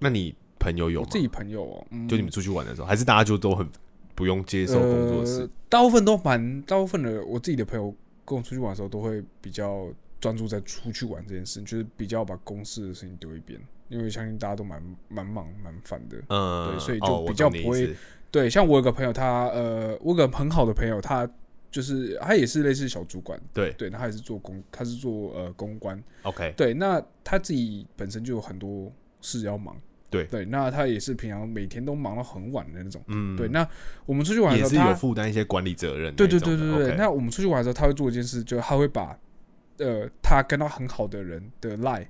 S2: 那你朋友有
S1: 我
S2: 吗
S1: 自？己朋友哦，嗯
S2: 就你们出去玩的时候，还是大家就都很不用接受工作的事
S1: 呃？，大部分都蛮，大部分的我自己的朋友跟我出去玩的时候，都会比较专注在出去玩这件事情，就是比较把公司的事情丢一边，因为相信大家都蛮蛮忙蛮烦的，
S2: 嗯，
S1: 呃对所以
S2: 哦
S1: 就
S2: 我
S1: 比较
S2: 懂你
S1: 不
S2: 意
S1: 会
S2: 思
S1: 对，像我有个朋友他，呃，我有个很好的朋友，他就是他也是类似小主管，
S2: 对
S1: 对，那他也是做公，他是做呃公关，
S2: ，OK，
S1: 对，那他自己本身就有很多事要忙，
S2: 对
S1: 对，那他也是平常每天都忙到很晚的那种，
S2: 嗯，
S1: 对，，那我们出去玩
S2: 也
S1: 的
S2: 是
S1: 时候，
S2: 有
S1: 他
S2: 负担一些管理责任那
S1: 对
S2: 一种
S1: 对
S2: 的，
S1: 对对对
S2: OK
S1: 那我们出去玩的时候，他会做一件事，就是他会把呃他跟他很好的人的 line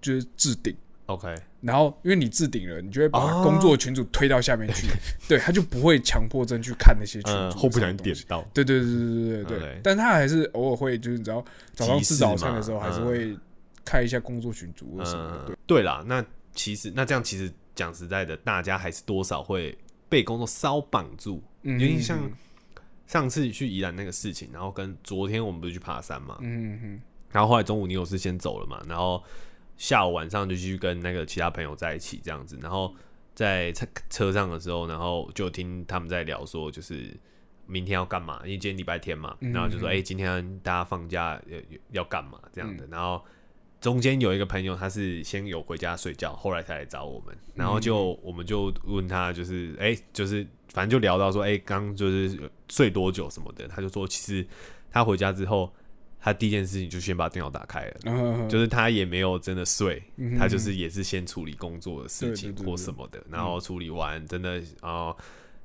S1: 就是置顶。
S2: OK，
S1: 然后，因为你置顶了，你就会把
S2: 啊
S1: 工作群组推到下面去，对他就不会强迫症去看那些群
S2: 嗯，
S1: 组。
S2: 后不小心点。到，
S1: 对对对对对对对
S2: OK，
S1: 但他还是偶尔会，就是你知道早上
S2: 及时
S1: 吃早餐的
S2: 嘛
S1: 时候，还是
S2: 嗯
S1: 会看一下工作群组或什么的。
S2: 嗯，对啦，那其实那这样其实讲实在的，大家还是多少会被工作稍绑住，
S1: 嗯
S2: 因为像上次去宜兰那个事情，然后跟昨天我们不是去爬山嘛，
S1: 嗯嗯
S2: 然后后来中午你有事先走了嘛，然后下午晚上就去跟那个其他朋友在一起这样子，然后在车车上的时候，然后就听他们在聊说，就是明天要干嘛，因为今天礼拜天嘛，
S1: 嗯嗯
S2: 然后就说哎、今天大家放假要要干嘛这样的，然后。中间有一个朋友，他是先有回家睡觉，后来才来找我们，然后就、我们就问他，就是哎、就是反正就聊到说，哎、刚就是睡多久什么的，他就说其实他回家之后，他第一件事情就先把电脑打开了，
S1: 嗯嗯，
S2: 就是他也没有真的睡，
S1: 嗯
S2: 他就是也是先处理工作的事情
S1: 对对对
S2: 或什么的，然后处理完真的，然后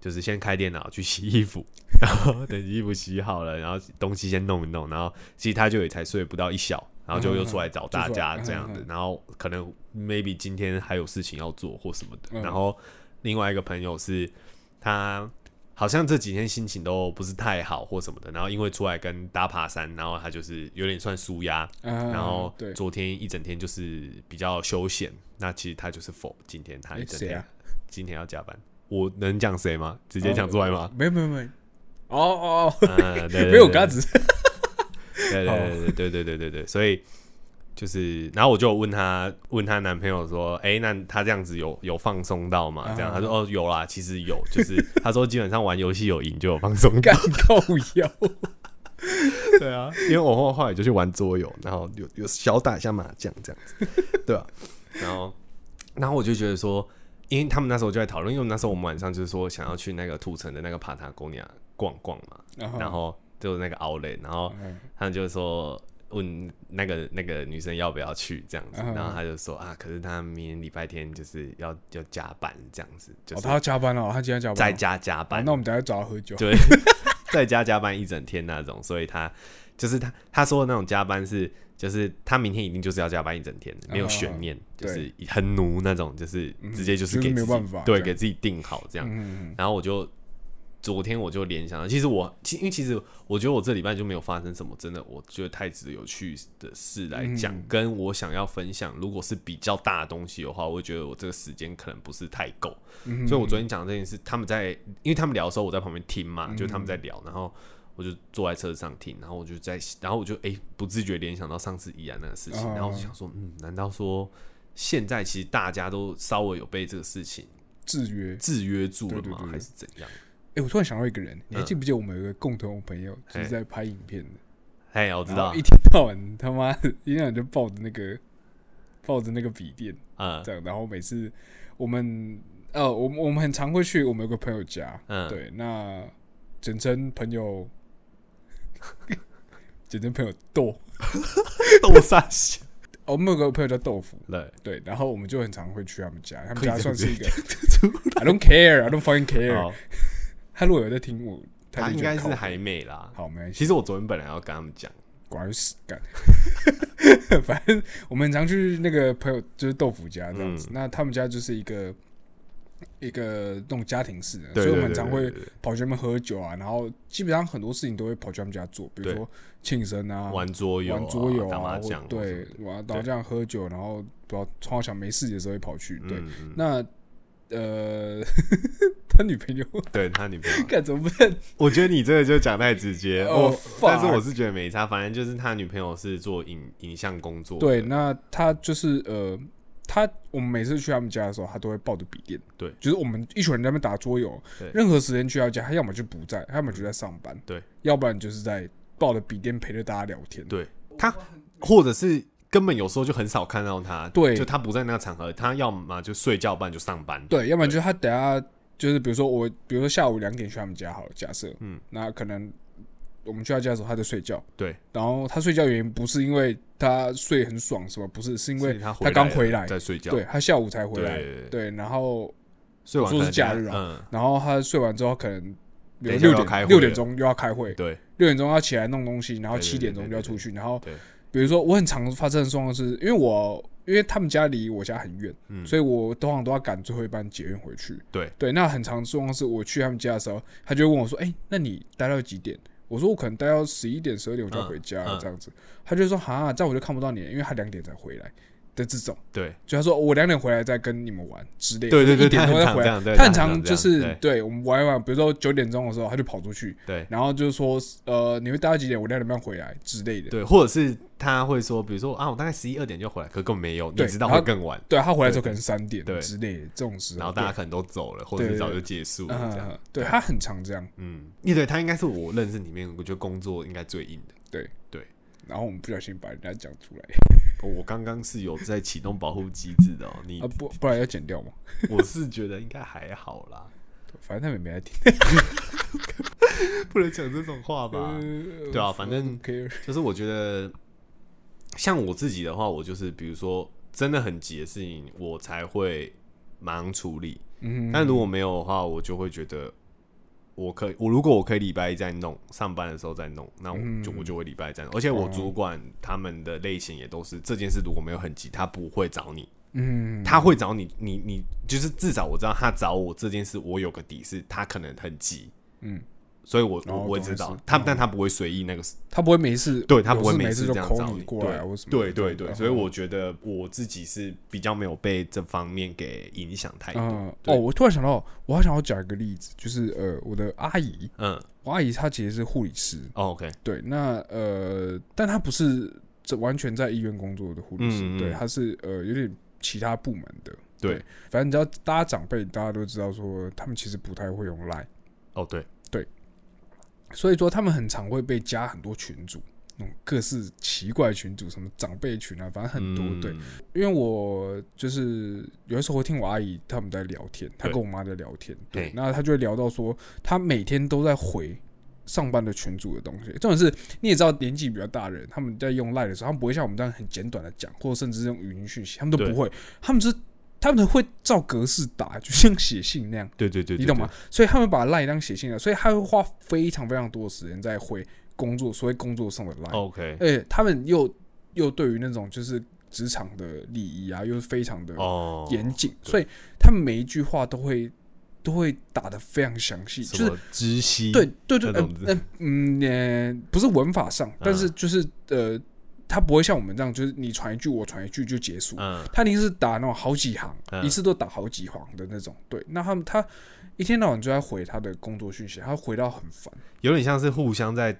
S2: 就是先开电脑去洗衣服， *laughs* 然后等衣服洗好了，然后东西先弄一弄，然后其实他就也才睡不到一小，然后就又出来找大家
S1: 嗯嗯嗯
S2: 这样子
S1: 嗯，
S2: 然后可能 maybe 今天还有事情要做或什么的，
S1: 嗯
S2: 然后另外一个朋友是他。好像这几天心情都不是太好或什么的，然后因为出来跟大家爬山，然后他就是有点算舒压，
S1: 然
S2: 然后
S1: 嗯对，
S2: 昨天一整天就是比较休闲，那其实他就是否今天他一整
S1: 诶谁
S2: 天、
S1: 啊
S2: 今天要加班，我能讲谁吗？直接讲出来吗？
S1: 没有没有没有，
S2: *laughs*
S1: 哦哦，*laughs*
S2: 嗯，对对对
S1: 没有，我刚刚只是
S2: *laughs* 对对对对对对对对，所以就是，然后我就问她问她男朋友说，哎、那她这样子有有放松到吗？
S1: 啊
S2: 这样，她说哦有啦，其实有，就是她说基本上玩游戏有赢就有放松
S1: *laughs*
S2: 到
S1: 干够腰。
S2: 对啊，因为我后后来就去玩桌游，然后有有小打一下麻将这样子，对吧、然后，然后我就觉得说，因为他们那时候就在讨论，因为那时候我们晚上就是说想要去那个土城的那个帕塔贡尼亚逛逛嘛，
S1: 然
S2: 然后就是那个 Outlet，然后
S1: 嗯
S2: 他们就说问那个那个女生要不要去这样子，
S1: 嗯
S2: 然后他就说啊，可是他明天礼拜天就是要要加班这样子，就
S1: 哦，
S2: 是
S1: 他要加班了，他今天加班
S2: 在
S1: 了。
S2: 家加
S1: 好
S2: 班
S1: 那我们等一下找他喝酒。
S2: 对， *laughs* 在家加班一整天那种，所以他就是他他说的那种加班是，就是他明天一定就是要加班一整天，没有悬念，
S1: 哦对嗯
S2: 就是很奴那种，就是直接就是给
S1: 就是
S2: 自己、
S1: 没有办法
S2: 对，
S1: 对
S2: 给自己定好这样。
S1: 嗯，嗯
S2: 然后我就昨天我就联想到，其实我其因为其实我觉得我这礼拜就没有发生什么真的我觉得太值得有趣的事来讲，跟我想要分享，如果是比较大的东西的话，我会觉得我这个时间可能不是太够，
S1: 嗯
S2: 所以我昨天讲这件事，他们在因为他们聊的时候，我在旁边听嘛，就他们在聊，然后。我就坐在车上听，然后我就在，然后我就哎、不自觉联想到上次怡然那个事情，
S1: 哦
S2: 然后我就想说，嗯，难道说现在其实大家都稍微有被这个事情
S1: 制约。
S2: 制约住了
S1: 对对
S2: 吗？
S1: 对对
S2: 还是怎样？
S1: 哎，我突然想到一个人，你还
S2: 嗯
S1: 记不记得我们有个共同朋友，就是
S2: 嘿
S1: 在拍影片的，
S2: 哎，我知
S1: 然
S2: 道
S1: 后一，天到晚他妈的一天到晚就抱着那个抱着那个笔电
S2: 嗯
S1: 这样，然后每次我们呃，我们我们很常会去我们有个朋友家，
S2: 嗯，
S1: 对，那简称朋友， *laughs* 简称朋友豆，
S2: *laughs* 豆沙西，
S1: 哦我们有个朋友叫豆腐，
S2: 对，
S1: 对，然后我们就很常会去他们家，他们
S2: 可以
S1: 家
S2: 这
S1: 算
S2: 样
S1: 是一
S2: 子
S1: 个 I don't care, I don't fucking care，
S2: 哦，
S1: 他如果有在听我，
S2: 他
S1: 就
S2: 应
S1: 觉得
S2: 该是
S1: 靠
S2: 还没啦。
S1: 好，没关系，
S2: 其实我昨天本来要跟他们讲，
S1: 管死干。 *laughs* 反正我们很常去那个朋友，就是豆腐家这样子。
S2: 嗯
S1: 那他们家就是一个一个那种家庭式的，
S2: 对
S1: 所以我们很
S2: 对
S1: 常
S2: 对
S1: 会
S2: 对对
S1: 跑去他们喝酒啊，然后基本上很多事情都会跑去他们家做，比如
S2: 对
S1: 说庆生啊、
S2: 玩桌游啊、
S1: 玩桌游
S2: 打麻
S1: 啊，或
S2: 将或什么
S1: 对
S2: 的，，
S1: 玩然后这样喝酒，然后不知道超想没事的时候会跑去。对，
S2: 嗯，嗯
S1: 那呃， *laughs* 他女朋友
S2: 对他女朋友，
S1: 干怎么办？
S2: 我觉得你这个就讲太
S1: *laughs*
S2: 直接，
S1: Oh,
S2: 我、但是
S1: fuck
S2: 我是觉得没差，反正就是他女朋友是做影影像工作的，
S1: 对，那他就是呃，他我们每次去他们家的时候，他都会抱着笔电。
S2: 对
S1: 就是我们一群人在那边打桌游
S2: 对，嗯
S1: 任何时间去他家，他要么就不在，他要么就在上班，
S2: 对，
S1: 要不然就是在抱着笔电陪着大家聊天。
S2: 对，他或者是根本有时候就很少看到他，
S1: 对
S2: 就他不在那个场合，他要么就睡觉，不然就上班，
S1: 对，要不然就是他等下就是比如说我，比如说下午两点去他们家好了，假设，嗯，那可能我们去他家的时候他在睡觉，
S2: 对，
S1: 然后他睡觉原因不是因为他睡很爽什么，不是，是因为
S2: 是他
S1: 他刚
S2: 回
S1: 回来，
S2: 在睡觉，
S1: 对，他下午才回来，
S2: 对
S1: 对，然后
S2: 睡完
S1: 我说是
S2: 可能等
S1: 假
S2: 一下
S1: 日啊
S2: 嗯，
S1: 然后他睡完之后可能比如
S2: 等一下
S1: 六
S2: 又要开
S1: 点
S2: 会
S1: 六点
S2: 了
S1: 钟又要开会，
S2: 对，
S1: 六点钟要起来弄东西，然后
S2: 对对
S1: 七点钟
S2: 对
S1: 就要
S2: 对对
S1: 出去。然后
S2: 对
S1: 比如说我很常发生的状况是，因为我因为他们家离我家很远，
S2: 嗯
S1: 所以我通常都要赶最后一班捷运回去。
S2: 对
S1: 对，那很常状况是我去他们家的时候，他就会问我说：“哎、那你待到几点？”我说：“我可能待到十一点、十二点我就要
S2: 嗯
S1: 回家了
S2: 嗯
S1: 这样子。他就说：“哈，这样我就看不到你了，因为他两点才回来的这种。”
S2: 对
S1: 就他说我两点回来再跟你们玩之类的，
S2: 对对对
S1: 一点
S2: 他
S1: 多
S2: 很
S1: 再
S2: 常
S1: 回
S2: 这
S1: 来
S2: 样。对
S1: 他
S2: 他
S1: 很
S2: 很常
S1: 常
S2: 这
S1: 就
S2: 样
S1: 是
S2: 对
S1: 对我们玩一玩，比如说九点钟的时候他就跑出去，
S2: 对
S1: 然后就是说呃你会待到几点？我两点半回来之类的。
S2: 对，或者是他会说，比如说啊，我大概十一二点就回来，可根本没有，你
S1: 对
S2: 知道
S1: 然
S2: 会
S1: 后嗯
S2: 更晚，
S1: 对啊他回来之后可能三点
S2: 对
S1: 之类的这种时候，
S2: 然后大家可能都走了，或者
S1: 对
S2: 是
S1: 对
S2: 早就结束
S1: 对
S2: 了
S1: 嗯
S2: 这样。，
S1: 对他很常这样。
S2: 嗯，也对他应该是我认识里面，我觉得工作应该最硬的。
S1: 然后我们不小心把人家讲
S2: *laughs*
S1: 出来
S2: 哦我刚刚是有在启动保护机制的哦，你
S1: 啊，不不然要剪掉嘛，
S2: 我是觉得应该还好啦，
S1: 反正他们也没来听。
S2: 不能讲这种
S1: *laughs*
S2: 话吧？
S1: 呃
S2: 对啊反正
S1: who care
S2: 就是我觉得，像我自己的话，我就是比如说真的很急的事情，我才会马上处理。
S1: 嗯，
S2: 但如果没有的话，我就会觉得我可以，我如果我可以礼拜一再弄，上班的时候再弄，那我
S1: 嗯
S2: 就、我就会礼拜一再弄。而且
S1: 哦
S2: 我主管他们的类型也都是这件事，如果没有很急，他不会找你，
S1: 嗯，
S2: 他会找你，你你就是至少我知道他找我这件事，我有个底是他可能很急，
S1: 嗯，
S2: 所以我
S1: 哦
S2: 我我会
S1: 懂
S2: 知
S1: 意思嗯
S2: 道他，但他不会随意那个事，
S1: 他不会没事，
S2: 对他
S1: 有
S2: 不会
S1: 事
S2: 每
S1: 没
S2: 次
S1: 就
S2: 这样
S1: call
S2: 找
S1: 你过来啊，或什么
S2: 对
S1: 的
S2: 对对，
S1: 嗯
S2: 所以我觉得我自己是比较没有被这方面给影响太多，
S1: 嗯，哦，
S2: 对
S1: 我突然想到，我还想要讲一个例子，就是呃，我的阿姨，
S2: 嗯
S1: 我阿姨她其实是护理师，
S2: 哦，OK，
S1: 对，那呃，但她不是这完全在医院工作的护理师，
S2: 嗯嗯
S1: 对，她是呃有点其他部门的，
S2: 对
S1: 反正你知道，大家长辈大家都知道说，他们其实不太会用 Line，
S2: 哦对，
S1: 所以说他们很常会被加很多群组。那种各式奇怪的群组，什么长辈群啊，反正很多、对。
S2: 嗯
S1: 因为我就是有的时候会听我阿姨他们在聊天，她
S2: 对
S1: 跟我妈在聊天，对
S2: 嘿，
S1: 那她就会聊到说，她每天都在回上班的群组的东西。重点是你也知道，年纪比较大的人，他们在用赖的时候，他们不会像我们这样很简短的讲，或者甚至是用语音讯息，他们都
S2: 对
S1: 不会，他们是他们会照格式打，就像写信那样，
S2: 对对对，
S1: 你
S2: 对
S1: 懂吗？？所以他们把赖当写信了，所以他会花非常非常多的时间在回工作，所谓工作上的赖
S2: 对。OK，
S1: 而且他们又又对于那种就是职场的礼仪啊，又是非常的
S2: 哦，
S1: 严谨，所以他们每一句话都会都会打得非常详细，就
S2: 什
S1: 是
S2: 么知悉，
S1: 对对对，
S2: 那
S1: 呃
S2: 种嗯
S1: 呃嗯呃，不是文法上，但是就是呃，他不会像我们这样，就是你传一句我传一句就结束，
S2: 嗯，
S1: 他一定是打那种好几行，
S2: 嗯
S1: 一次都打好几行的那种。对，那他们他一天到晚就在回他的工作讯息，他回到很烦。
S2: 有点像是互相在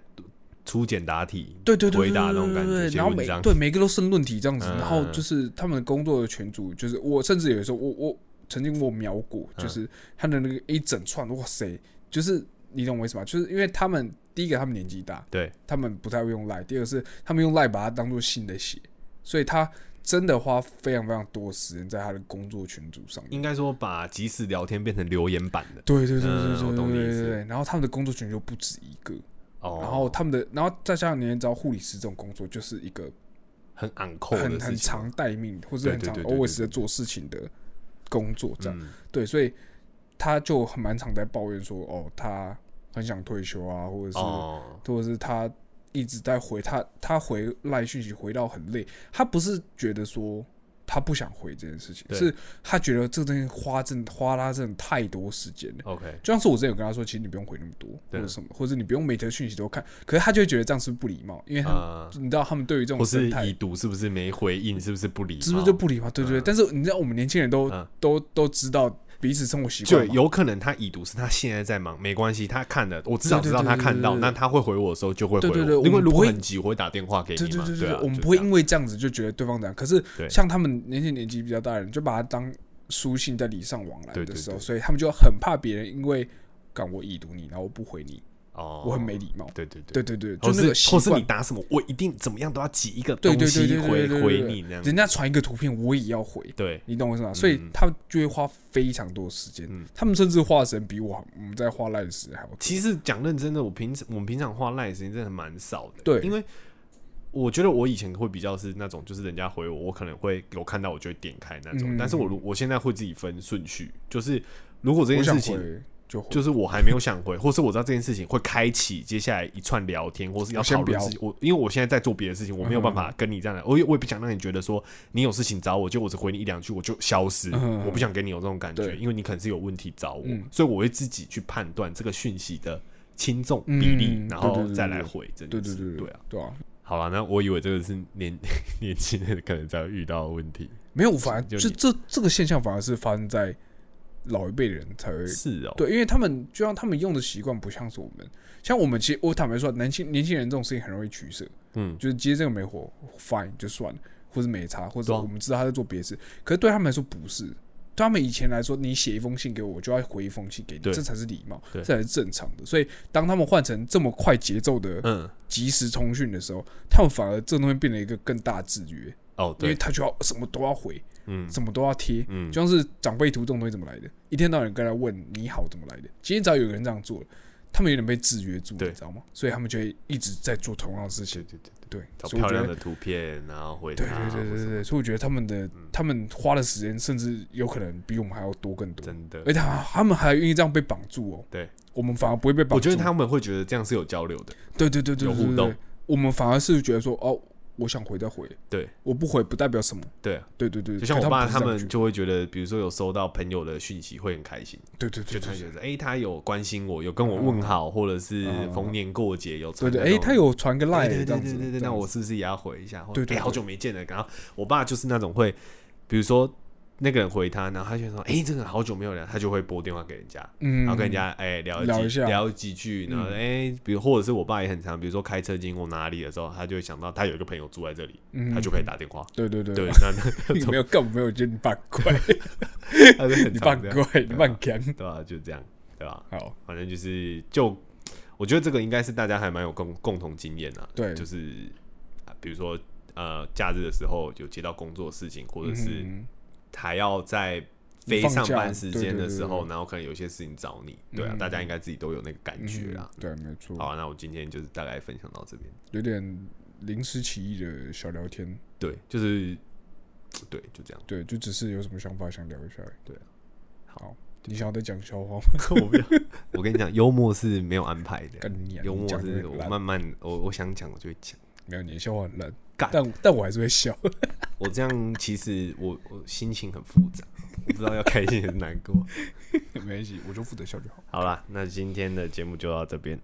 S2: 出简答题，
S1: 对对对，
S2: 回答那种感觉
S1: 对对对
S2: 写
S1: 然后
S2: 文
S1: 每
S2: 章
S1: 对每个都申论题这样子，
S2: 嗯
S1: 然后就是他们的工作的群组，就是我甚至有时候我我曾经我瞄过，
S2: 嗯
S1: 就是他的那个一整串，哇塞，就是你懂我意思吗？就是因为他们第一个他们年纪大，
S2: 对，
S1: 他们不太会用赖；第二个是他们用赖把它当做信的写，所以他真的花非常非常多时间在他的工作群组上面。
S2: 应该说把即时聊天变成留言版的
S1: 对对对
S2: 嗯
S1: 对对
S2: 我懂
S1: 对
S2: 你意
S1: 对
S2: 思
S1: 对对，然后他们的工作群就不止一个，
S2: 哦，
S1: 然后他们的，然后再加上你也知道护理师这种工作就是一个
S2: 很昂扣的
S1: 很
S2: 事
S1: 很
S2: 情，
S1: 常待命，或是
S2: 对
S1: 很
S2: 对
S1: 常
S2: 对对对
S1: always
S2: 对
S1: 在做事情的工作这样。
S2: 嗯
S1: 对，所以他就很蛮常在抱怨说，哦，他很想退休啊，或者是
S2: 哦，
S1: 或者是他一直在回他他回赖讯息回到很累，他不是觉得说他不想回这件事情，
S2: 对
S1: 是他觉得这个东西花真花他真的太多时间了。
S2: OK，
S1: 就像是我之前有跟他说，其实你不用回那么多，或
S2: 对
S1: 者什么，或者你不用每条讯息都看，可是他就会觉得这样是不是不礼貌，因为他、
S2: 啊，
S1: 你知道他们对于这种
S2: 或是
S1: 生态
S2: 已读是不是没回应，是不是不理，
S1: 是不是就？不礼貌？对对对。但是你知道，我们年轻人都、
S2: 嗯
S1: 都都知道彼此生活习
S2: 就
S1: 惯嘛，
S2: 有可能他已读是他现在在忙，没关系，他看了，我至少
S1: 对对
S2: 知道
S1: 对
S2: 他
S1: 对
S2: 看
S1: 对
S2: 到，
S1: 对
S2: 那他会回我的时候就会回
S1: 对对对我
S2: 因为
S1: 们
S2: 如
S1: 不
S2: 果
S1: 会
S2: 很急，我会打电话给
S1: 对
S2: 你
S1: 对
S2: 嘛，
S1: 对
S2: 对啊，
S1: 我们
S2: 就
S1: 不会
S2: 这样
S1: 因为这样子就觉得对方怎样。可是
S2: 对
S1: 像他们年纪年纪比较大的人，就把它当书信在礼尚往来
S2: 对
S1: 的
S2: 对
S1: 时候，
S2: 对
S1: 所以他们就很怕别人因为。干我已读你，然后我不回你，
S2: 哦，
S1: 我很没礼貌。
S2: 对对对
S1: 对对对，
S2: 或
S1: 就是那个习
S2: 或是
S1: 惯
S2: 你打什么，我一定怎么样都要挤一个
S1: 对
S2: 东
S1: 对对
S2: 西
S1: 对
S2: 回
S1: 对对
S2: 回
S1: 对
S2: 你那样。嗯
S1: 人家传一个图片，我也要回，
S2: 对，
S1: 你懂我意思吗？所以他就会花非常多的时间，
S2: 嗯
S1: 他们甚至花的时间比我我们在花烂时还要多。
S2: 其实讲认真的，我平时我们平常花赖的时间真的蛮少的。
S1: 对
S2: 因为我觉得我以前会比较是那种，就是人家回我，我可能会有看到我就会点开那种。
S1: 嗯
S2: 但是我如我现在会自己分顺序，就是如果这
S1: 我
S2: 件
S1: 想
S2: 事情。
S1: 回就回，
S2: 就是我还没有想回，或是我知道这件事情会开启接下来一串聊天，或是要
S1: 我先
S2: 讨
S1: 不
S2: 论
S1: 要嗯
S2: 事情。我因为我现在在做别的事情，我没有办法跟你这样的，我也我也不想让你觉得说你有事情找我，就我只回你一两句我就消失，
S1: 嗯
S2: 我不想给你有这种感觉，
S1: 对
S2: 因为你可能是有问题找我，
S1: 嗯
S2: 所以我会自己去判断这个讯息的轻重比例，
S1: 嗯对
S2: 然后
S1: 对对
S2: 再来回这
S1: 对
S2: 件
S1: 对
S2: 事。
S1: 对对
S2: 啊，
S1: 对啊，
S2: 好了，那我以为这个是年 *laughs* 年轻人可能才会遇到的问题，
S1: 没有，反而
S2: 就
S1: 就
S2: 你
S1: 这这个现象反而是发生在老一辈的人才会
S2: 是哦、
S1: 对，因为他们就像他们用的习惯不像是我们，像我们其实我坦白说，年轻年轻人这种事情很容易取舍，
S2: 嗯，
S1: 就是接这个没火，fine 就算了，或者没差，或者
S2: 对啊
S1: 我们知道他在做别的事，可是对他们来说不是。对他们以前来说，你写一封信给我，我就要回一封信给你，
S2: 对
S1: 这才是礼貌，
S2: 对
S1: 这才是正常的。所以，当他们换成这么快节奏的
S2: 嗯，
S1: 即时通讯的时候，他们反而这东西变得一个更大的制约，
S2: 哦，
S1: 因为
S2: 对，
S1: 他就要什么都要回，
S2: 嗯
S1: 什么都要贴，
S2: 嗯
S1: 就像是长辈图这种东西怎么来的，一天到晚跟他问你好怎么来的。今天只要有个人这样做了，他们有点被制约住，
S2: 对
S1: 你知道吗？所以他们就会一直在做同样的事
S2: 对
S1: 情。
S2: 对对。
S1: 对，
S2: 找
S1: 所以
S2: 漂
S1: 我觉
S2: 亮
S1: 得，
S2: 的嗯图片，然后回答
S1: 对对对
S2: 或
S1: 对
S2: 什么
S1: 对，所以我觉得他们的他们花的时间，甚至有可能比我们还要多更多。
S2: 真
S1: 而且
S2: 的。
S1: 他他们还愿意这样被绑住哦，
S2: 对，
S1: 我们反而不会被绑住。
S2: 我觉得他们会觉得这样是有交流的，
S1: 对对对对对
S2: 有互
S1: 对
S2: 动
S1: 对，我们反而是觉得说，哦，我想回再回，
S2: 对
S1: 我不回不代表什么。
S2: 对啊。
S1: 对对对，
S2: 就像我
S1: 嗯可
S2: 爸
S1: 不是
S2: 他
S1: 这样
S2: 们
S1: 觉得，
S2: 就会觉得，比如说有收到朋友的讯息会很开心，
S1: 对对
S2: 就
S1: 对
S2: 他
S1: 对
S2: 觉得哎、他有关心我，有跟我问好，或者是逢年过节有
S1: 对
S2: 传
S1: 嗯对，
S2: 那
S1: 哎，
S2: 种
S1: 他有传个
S2: 对
S1: line
S2: 对
S1: 这
S2: 对
S1: 样子，
S2: 对对对，
S1: 这
S2: 那
S1: 样
S2: 我
S1: 子
S2: 是不是也要回一下？或者
S1: 对对
S2: 哎
S1: 对
S2: 好久没见了，然后我爸就是那种会，比如说那个人回他，然后他就说哎、这个人好久没有聊，他就会拨电话给人家，
S1: 嗯，
S2: 然后跟人家哎、聊
S1: 聊
S2: 几
S1: 一下嗯
S2: 聊几句，然后哎、比如或者是我爸也很常，比如说开车经过哪里的时候，他就会想到他有一个朋友住在这里，
S1: 嗯
S2: 他就可以打电话。
S1: 对对对
S2: 对，
S1: 对，
S2: 那那 *laughs*
S1: 你没有干，我没有觉得你扮怪，
S2: 那 *laughs* 他就很
S1: 你
S2: 常
S1: 扮
S2: 这样，
S1: 怪，你扮强。
S2: 对啊吧、就这样，对吧、
S1: 好，
S2: 反正就是就我觉得这个应该是大家还蛮有共共同经验啊。
S1: 对
S2: 就是、啊比如说呃，假日的时候有接到工作的事情，或者是
S1: 嗯
S2: 还要在非
S1: 放假
S2: 上班时间
S1: 对
S2: 的
S1: 对
S2: 时
S1: 对
S2: 候，
S1: 对
S2: 然后可能有些事情找你，对啊，
S1: 嗯
S2: 大家应该自己都有那个感觉啦。
S1: 嗯对，没错，
S2: 好、啊，那我今天就是大概分享到这边。
S1: 有点临时起意的小聊天，
S2: 对，就是对，就
S1: *laughs*
S2: 这样。
S1: 对，就只是有什么想法想聊一下而已。
S2: 对啊
S1: 好，你想要再讲笑话
S2: *laughs*
S1: 吗？
S2: 我不要，我跟你讲，幽默是没有安排的，
S1: 跟你啊
S2: 幽
S1: 你
S2: 默
S1: 讲得
S2: 是
S1: 很
S2: 我
S1: 烂
S2: 慢慢，我我想讲我就会讲。
S1: 没有，你的笑话很烂，
S2: 干
S1: 但但我还是会笑。 *laughs*
S2: 我这样其实我我心情很复杂，我不知道要开心还是难过。 *laughs*
S1: 没关系，我就负责笑就好。
S2: 好啦，那今天的节目就到这边，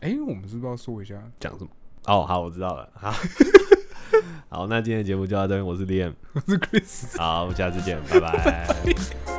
S1: 哎，我们是不是要说一下？
S2: 讲什么？哦，好，我知道了。 *laughs* 好， *laughs* 好，那今天的节目就到这边，我是 Liam，
S1: 我是 Chris。
S2: 好，我们下次见，拜拜